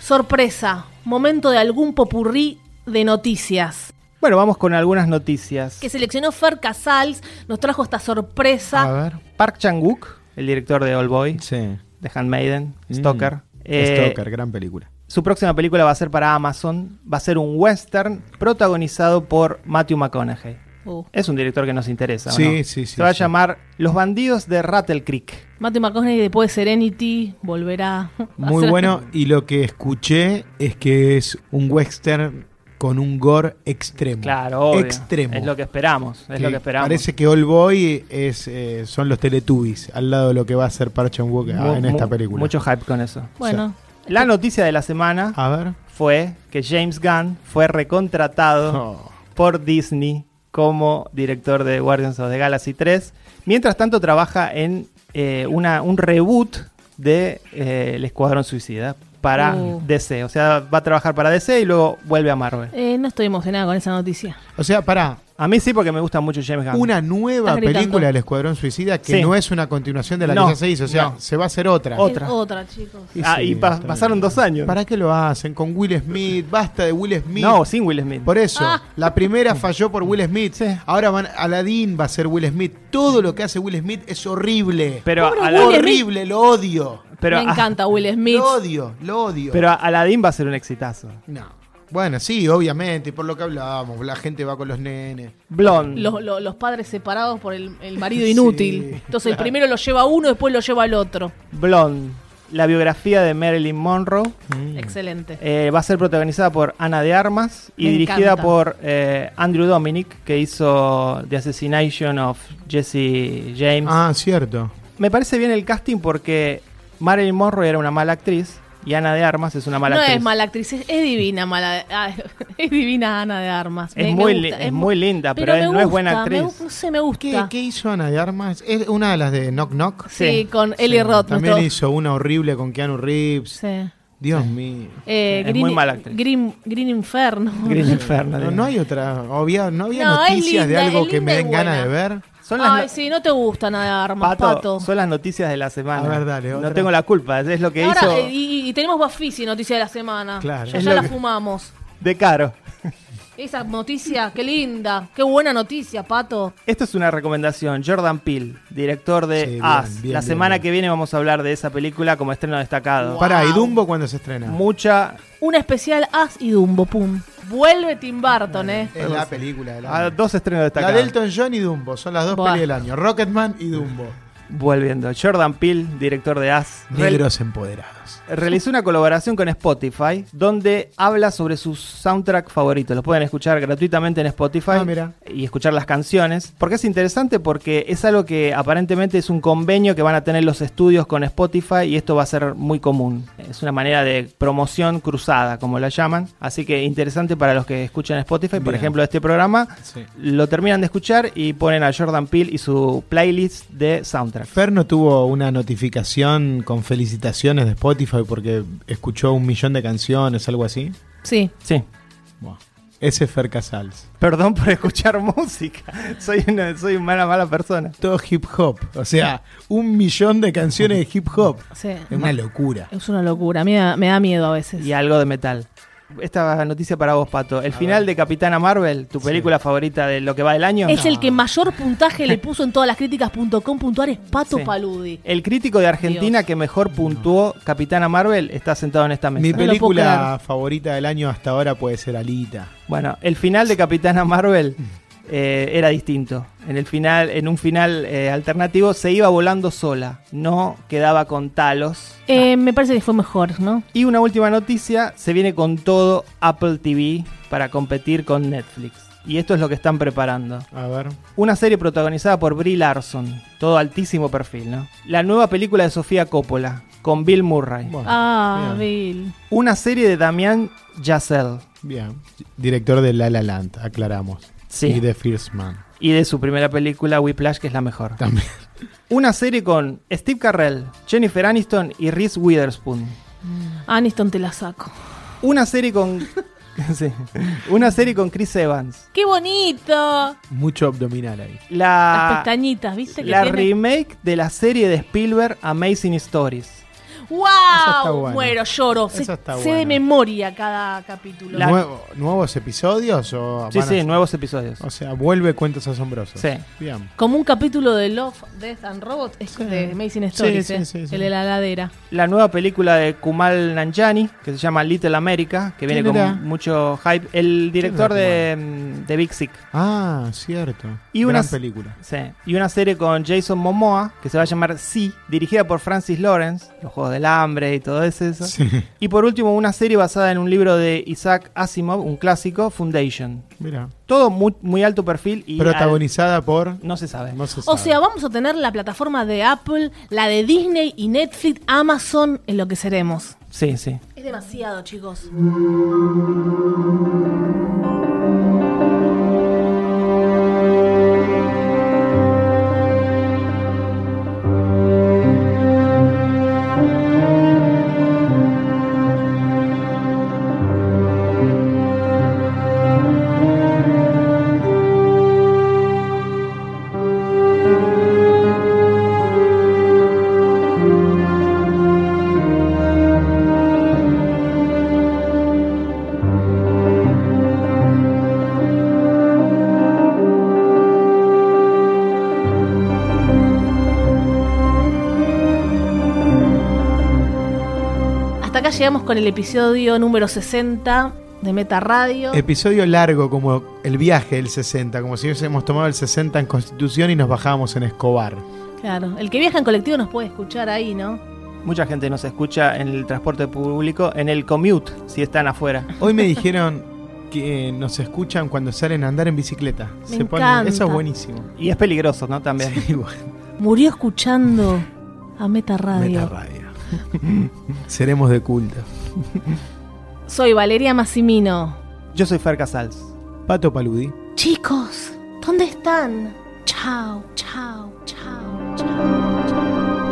[SPEAKER 1] Sorpresa, momento de algún popurrí de noticias.
[SPEAKER 6] bueno, vamos con algunas noticias.
[SPEAKER 1] Que seleccionó Fer Casals, nos trajo esta
[SPEAKER 5] A
[SPEAKER 1] sorpresa.
[SPEAKER 5] ver.
[SPEAKER 6] Park Chang-wook, el director de All Boy,
[SPEAKER 5] Sí.
[SPEAKER 6] de Handmaiden, Stalker. eh,
[SPEAKER 5] Mm. Stalker, gran película.
[SPEAKER 6] Su próxima película va a ser para Amazon. Va a ser un western protagonizado por Matthew McConaughey.
[SPEAKER 1] Uh,
[SPEAKER 6] Es un director que nos interesa. ¿o
[SPEAKER 5] Sí,
[SPEAKER 6] no?
[SPEAKER 5] sí, sí,
[SPEAKER 6] Se va a
[SPEAKER 5] sí.
[SPEAKER 6] llamar Los bandidos de Rattle Creek.
[SPEAKER 1] Matthew McConaughey después de Serenity volverá. a
[SPEAKER 5] Muy
[SPEAKER 1] hacer-
[SPEAKER 5] bueno, y lo que escuché es que es un western con un gore extremo.
[SPEAKER 6] Claro, obvio.
[SPEAKER 5] Extremo.
[SPEAKER 6] Es lo que esperamos. Es lo que esperamos.
[SPEAKER 5] Parece que All Boy es, eh, son los Teletubbies, al lado de lo que va a ser Parch and Walk ah,
[SPEAKER 6] Mu-
[SPEAKER 5] en esta
[SPEAKER 6] mu-
[SPEAKER 5] película.
[SPEAKER 6] Mucho hype con eso.
[SPEAKER 1] Bueno,
[SPEAKER 6] La noticia de la semana
[SPEAKER 5] A ver.
[SPEAKER 6] fue que James Gunn fue recontratado
[SPEAKER 5] Oh.
[SPEAKER 6] por Disney como director de Guardians of the Galaxy 3. Mientras tanto trabaja en eh, una, un reboot de eh, El Escuadrón Suicida para
[SPEAKER 1] Uh.
[SPEAKER 6] DC. O sea, va a trabajar para DC y luego vuelve a Marvel.
[SPEAKER 1] eh, no estoy emocionada con esa noticia.
[SPEAKER 5] O sea, pará,
[SPEAKER 6] A mí sí porque me gusta mucho James Gunn.
[SPEAKER 5] una nueva
[SPEAKER 1] Estás gritando.
[SPEAKER 5] película del Escuadrón Suicida que
[SPEAKER 6] Sí.
[SPEAKER 5] no es una continuación de la
[SPEAKER 6] No,
[SPEAKER 5] que ya se hizo, o sea,
[SPEAKER 6] no.
[SPEAKER 5] se va a hacer otra.
[SPEAKER 6] Otra.
[SPEAKER 1] Es otra, chicos.
[SPEAKER 6] Ah,
[SPEAKER 5] Sí,
[SPEAKER 6] y pa-
[SPEAKER 5] está bien.
[SPEAKER 6] pasaron dos años.
[SPEAKER 5] ¿Para qué lo hacen? Con Will Smith, basta de Will Smith.
[SPEAKER 6] No, sin Will Smith.
[SPEAKER 5] Por eso,
[SPEAKER 1] Ah.
[SPEAKER 5] la primera falló por Will Smith. Ahora van, Aladdin va a ser Will Smith. Todo lo que hace Will Smith es horrible.
[SPEAKER 6] Pero,
[SPEAKER 1] Pobre
[SPEAKER 6] a la-
[SPEAKER 1] Will Smith.
[SPEAKER 5] horrible, lo odio.
[SPEAKER 6] pero, ah,
[SPEAKER 1] Me
[SPEAKER 6] a-
[SPEAKER 1] encanta Will Smith.
[SPEAKER 5] Lo odio, lo odio.
[SPEAKER 6] pero a- Aladdin va a ser un exitazo.
[SPEAKER 5] No. Bueno, sí, obviamente, y por lo que hablábamos, la gente va con los nenes.
[SPEAKER 6] Blonde.
[SPEAKER 1] Los, lo- los padres separados por el, el marido inútil.
[SPEAKER 5] Sí,
[SPEAKER 1] Entonces el primero lo lleva uno, después lo lleva el otro.
[SPEAKER 6] Blonde, la biografía de Marilyn Monroe,
[SPEAKER 1] Excelente.
[SPEAKER 6] eh, va a ser protagonizada por Ana de Armas y
[SPEAKER 1] Me
[SPEAKER 6] dirigida
[SPEAKER 1] encanta.
[SPEAKER 6] por eh, Andrew Dominic, que hizo The Assassination of Jesse James.
[SPEAKER 5] Ah, cierto.
[SPEAKER 6] Me parece bien el casting porque Marilyn Monroe era una mala actriz Y Ana de Armas es una mala
[SPEAKER 1] no
[SPEAKER 6] actriz.
[SPEAKER 1] es mala actriz, es, es divina mala, ah, es divina Ana de Armas.
[SPEAKER 6] Es muy
[SPEAKER 1] gusta,
[SPEAKER 6] li- es muy linda, pero
[SPEAKER 1] me
[SPEAKER 6] es- no es buena
[SPEAKER 1] gusta, me
[SPEAKER 6] actriz.
[SPEAKER 1] gu- no sé, me gusta.
[SPEAKER 5] ¿Qué, qué hizo Ana de Armas? ¿Es una de las de Knock Knock?
[SPEAKER 1] Sí,
[SPEAKER 6] Sí,
[SPEAKER 1] con
[SPEAKER 5] Sí,
[SPEAKER 1] Eli Roth.
[SPEAKER 5] También
[SPEAKER 1] nuestro-
[SPEAKER 5] hizo una horrible con Keanu Reeves.
[SPEAKER 1] sí.
[SPEAKER 5] Dios mío.
[SPEAKER 1] Eh,
[SPEAKER 6] Es muy mala actriz.
[SPEAKER 1] Green, Green Inferno.
[SPEAKER 6] Green
[SPEAKER 5] No,
[SPEAKER 6] Inferno, digo.
[SPEAKER 5] no hay otra. Obvia, no había
[SPEAKER 1] No, es
[SPEAKER 5] noticias de
[SPEAKER 1] linda,
[SPEAKER 5] algo
[SPEAKER 1] es
[SPEAKER 5] que
[SPEAKER 1] linda
[SPEAKER 5] me
[SPEAKER 1] y
[SPEAKER 5] den ganas de
[SPEAKER 1] buena.
[SPEAKER 5] ver.
[SPEAKER 6] Son las
[SPEAKER 1] Ay,
[SPEAKER 6] no-
[SPEAKER 1] sí, no te gusta nada de armas,
[SPEAKER 6] Pato,
[SPEAKER 1] Pato.
[SPEAKER 6] son las noticias de la semana.
[SPEAKER 5] A ver, dale, otra.
[SPEAKER 6] no tengo la culpa, es lo que
[SPEAKER 1] Ahora,
[SPEAKER 6] hizo
[SPEAKER 1] eh, y, y tenemos Bafisi, noticia de la semana.
[SPEAKER 5] Claro.
[SPEAKER 1] Ah, Ya,
[SPEAKER 6] Es
[SPEAKER 1] ya
[SPEAKER 6] lo
[SPEAKER 1] la
[SPEAKER 6] que-
[SPEAKER 1] fumamos.
[SPEAKER 6] de Caro.
[SPEAKER 1] Esa noticia, qué linda. Qué buena noticia, Pato.
[SPEAKER 6] Esto es una recomendación. Jordan Peele, director de
[SPEAKER 5] Sí, bien,
[SPEAKER 6] As.
[SPEAKER 5] bien,
[SPEAKER 6] la
[SPEAKER 5] bien,
[SPEAKER 6] semana
[SPEAKER 5] bien.
[SPEAKER 6] que viene vamos a hablar de esa película como estreno destacado.
[SPEAKER 5] Pará, ¿y Dumbo cuándo se estrena?
[SPEAKER 6] Mucha.
[SPEAKER 1] Una especial As y Dumbo, pum. Vuelve Tim Burton, eh.
[SPEAKER 5] es la película del
[SPEAKER 6] a
[SPEAKER 5] año.
[SPEAKER 6] dos estrenos
[SPEAKER 5] La
[SPEAKER 6] destacados.
[SPEAKER 5] de Elton John y Dumbo. Son las dos
[SPEAKER 1] Buah.
[SPEAKER 5] pelis del año. Rocketman y Dumbo.
[SPEAKER 6] Volviendo. Jordan Peele, director de As. Rel-
[SPEAKER 5] Negros empoderados.
[SPEAKER 6] realizó una colaboración con Spotify donde habla sobre sus soundtrack favoritos. Los pueden escuchar gratuitamente en Spotify
[SPEAKER 5] Ah, mira.
[SPEAKER 6] y escuchar las canciones. Porque es interesante porque es algo que aparentemente es un convenio que van a tener los estudios con Spotify y esto va a ser muy común. Es una manera de promoción cruzada, como la llaman. Así que interesante para los que escuchan Spotify,
[SPEAKER 5] Bien.
[SPEAKER 6] por ejemplo, este programa.
[SPEAKER 5] Sí.
[SPEAKER 6] Lo terminan de escuchar y ponen a Jordan Peele y su playlist de soundtrack.
[SPEAKER 5] Fer no tuvo una notificación con felicitaciones de Spotify porque escuchó un millón de canciones, algo así.
[SPEAKER 1] Sí.
[SPEAKER 6] Sí.
[SPEAKER 5] Buah. Ese es Fer Casals.
[SPEAKER 6] Perdón por escuchar música. Soy una, soy una mala, mala persona.
[SPEAKER 5] Todo hip hop. O sea, un millón de canciones de hip hop.
[SPEAKER 1] Sí.
[SPEAKER 5] Es una locura.
[SPEAKER 1] Es una locura, a mí me da, me da miedo a veces.
[SPEAKER 6] Y algo de metal. Esta noticia para vos, Pato. El final de Capitana Marvel, tu película favorita de lo que va del año.
[SPEAKER 1] Es el que mayor puntaje le puso en todas las críticas.com.ar es Pato
[SPEAKER 6] Sí.
[SPEAKER 1] Paludi.
[SPEAKER 6] El crítico de Argentina
[SPEAKER 1] Dios.
[SPEAKER 6] que mejor puntuó Capitana Marvel está sentado en esta mesa.
[SPEAKER 5] Mi
[SPEAKER 1] lo puedo
[SPEAKER 5] película
[SPEAKER 1] creer.
[SPEAKER 5] favorita del año hasta ahora puede ser Alita.
[SPEAKER 6] Bueno, el final de Capitana Marvel eh, era distinto. En el final, en un final eh, alternativo, se iba volando sola. No quedaba con Talos.
[SPEAKER 1] Eh, me parece que fue mejor, ¿no?
[SPEAKER 6] Y una última noticia, se viene con todo Apple TV para competir con Netflix. Y esto es lo que están preparando.
[SPEAKER 5] A ver.
[SPEAKER 6] Una serie protagonizada por Brie Larson, todo altísimo perfil, ¿no? La nueva película de Sofía Coppola, con Bill Murray.
[SPEAKER 5] Bueno,
[SPEAKER 1] Ah,
[SPEAKER 5] bien.
[SPEAKER 1] Bill.
[SPEAKER 6] Una serie de Damián Yassel
[SPEAKER 5] Bien. Director de La La Land, aclaramos.
[SPEAKER 6] Sí.
[SPEAKER 5] Y de First Man.
[SPEAKER 6] y de su primera película Whiplash, que es la mejor.
[SPEAKER 5] También.
[SPEAKER 6] Una serie con Steve Carrell, Jennifer Aniston y Reese Witherspoon.
[SPEAKER 1] Aniston te la saco.
[SPEAKER 6] Una serie con... sí. Una serie con Chris Evans.
[SPEAKER 1] ¡Qué bonito!
[SPEAKER 5] Mucho abdominal ahí.
[SPEAKER 6] La...
[SPEAKER 1] Las
[SPEAKER 5] Ah.
[SPEAKER 1] pestañitas, ¿viste? Que
[SPEAKER 6] La
[SPEAKER 1] tiene?
[SPEAKER 6] remake de la serie de Spielberg Amazing Stories.
[SPEAKER 5] Esa está
[SPEAKER 1] ¡Wow!
[SPEAKER 5] buena.
[SPEAKER 1] Muero, lloro. Sé,
[SPEAKER 5] Esa está
[SPEAKER 1] sé
[SPEAKER 5] buena.
[SPEAKER 1] de memoria cada capítulo.
[SPEAKER 6] La-
[SPEAKER 5] Nuevo- ¿Nuevos episodios? O
[SPEAKER 6] Sí,
[SPEAKER 5] van a
[SPEAKER 6] sí,
[SPEAKER 5] ser-
[SPEAKER 6] nuevos episodios.
[SPEAKER 5] O sea, vuelve Cuentos Asombrosos.
[SPEAKER 6] Sí.
[SPEAKER 5] Bien.
[SPEAKER 1] Como un capítulo de Love, Death and Robots es de Amazing Stories,
[SPEAKER 5] sí,
[SPEAKER 1] eh,
[SPEAKER 5] sí, sí.
[SPEAKER 1] el de la ladera.
[SPEAKER 6] La nueva película de Kumal Nanjiani, que se llama Little America, que viene
[SPEAKER 5] ¿Quién era?
[SPEAKER 6] con mucho hype. El director
[SPEAKER 5] ¿Quién era
[SPEAKER 6] de, mm, de Big Sick.
[SPEAKER 5] Ah, cierto.
[SPEAKER 6] Y
[SPEAKER 5] Gran
[SPEAKER 6] unas-
[SPEAKER 5] película.
[SPEAKER 6] Sí. Y una serie con Jason Momoa, que se va a llamar Sí, dirigida por Francis Lawrence, los Juegos del Hambre y todo eso.
[SPEAKER 5] Sí.
[SPEAKER 6] Y por último, una serie basada en un libro de Isaac Asimov, un clásico, Foundation.
[SPEAKER 5] Mira.
[SPEAKER 6] Todo muy, muy alto perfil y... al-
[SPEAKER 5] Protagonizada por.
[SPEAKER 6] No se sabe.
[SPEAKER 5] No se
[SPEAKER 1] O
[SPEAKER 5] sabe.
[SPEAKER 1] sea, vamos a tener la plataforma de Apple, la de Disney y Netflix, Amazon, en lo que seremos.
[SPEAKER 6] Sí, sí.
[SPEAKER 1] Es demasiado, chicos. Hasta acá llegamos con el episodio número 60 de Meta Radio.
[SPEAKER 5] Episodio largo como el viaje del 60, como si hubiésemos tomado el 60 en Constitución y nos bajábamos en Escobar.
[SPEAKER 1] Claro, el que viaja en colectivo nos puede escuchar ahí, ¿no?
[SPEAKER 6] Mucha gente nos escucha en el transporte público, en el commute, si están afuera.
[SPEAKER 5] Hoy me dijeron que eh, nos escuchan cuando salen a andar en bicicleta.
[SPEAKER 1] Me
[SPEAKER 5] Eso es
[SPEAKER 1] encanta.
[SPEAKER 5] buenísimo.
[SPEAKER 6] Y es peligroso, ¿no? También.
[SPEAKER 5] Sí, bueno,
[SPEAKER 1] Murió escuchando a Meta Radio.
[SPEAKER 5] Meta Radio. Seremos de culto.
[SPEAKER 1] Soy Valeria Massimino.
[SPEAKER 6] Yo soy Fer Casals.
[SPEAKER 5] Pato Paludi.
[SPEAKER 1] Chicos, ¿dónde están? Chao, chao, chao, chao.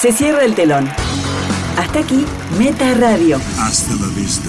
[SPEAKER 7] Se cierra el telón. Hasta aquí, Meta Radio.
[SPEAKER 9] Hasta la vista,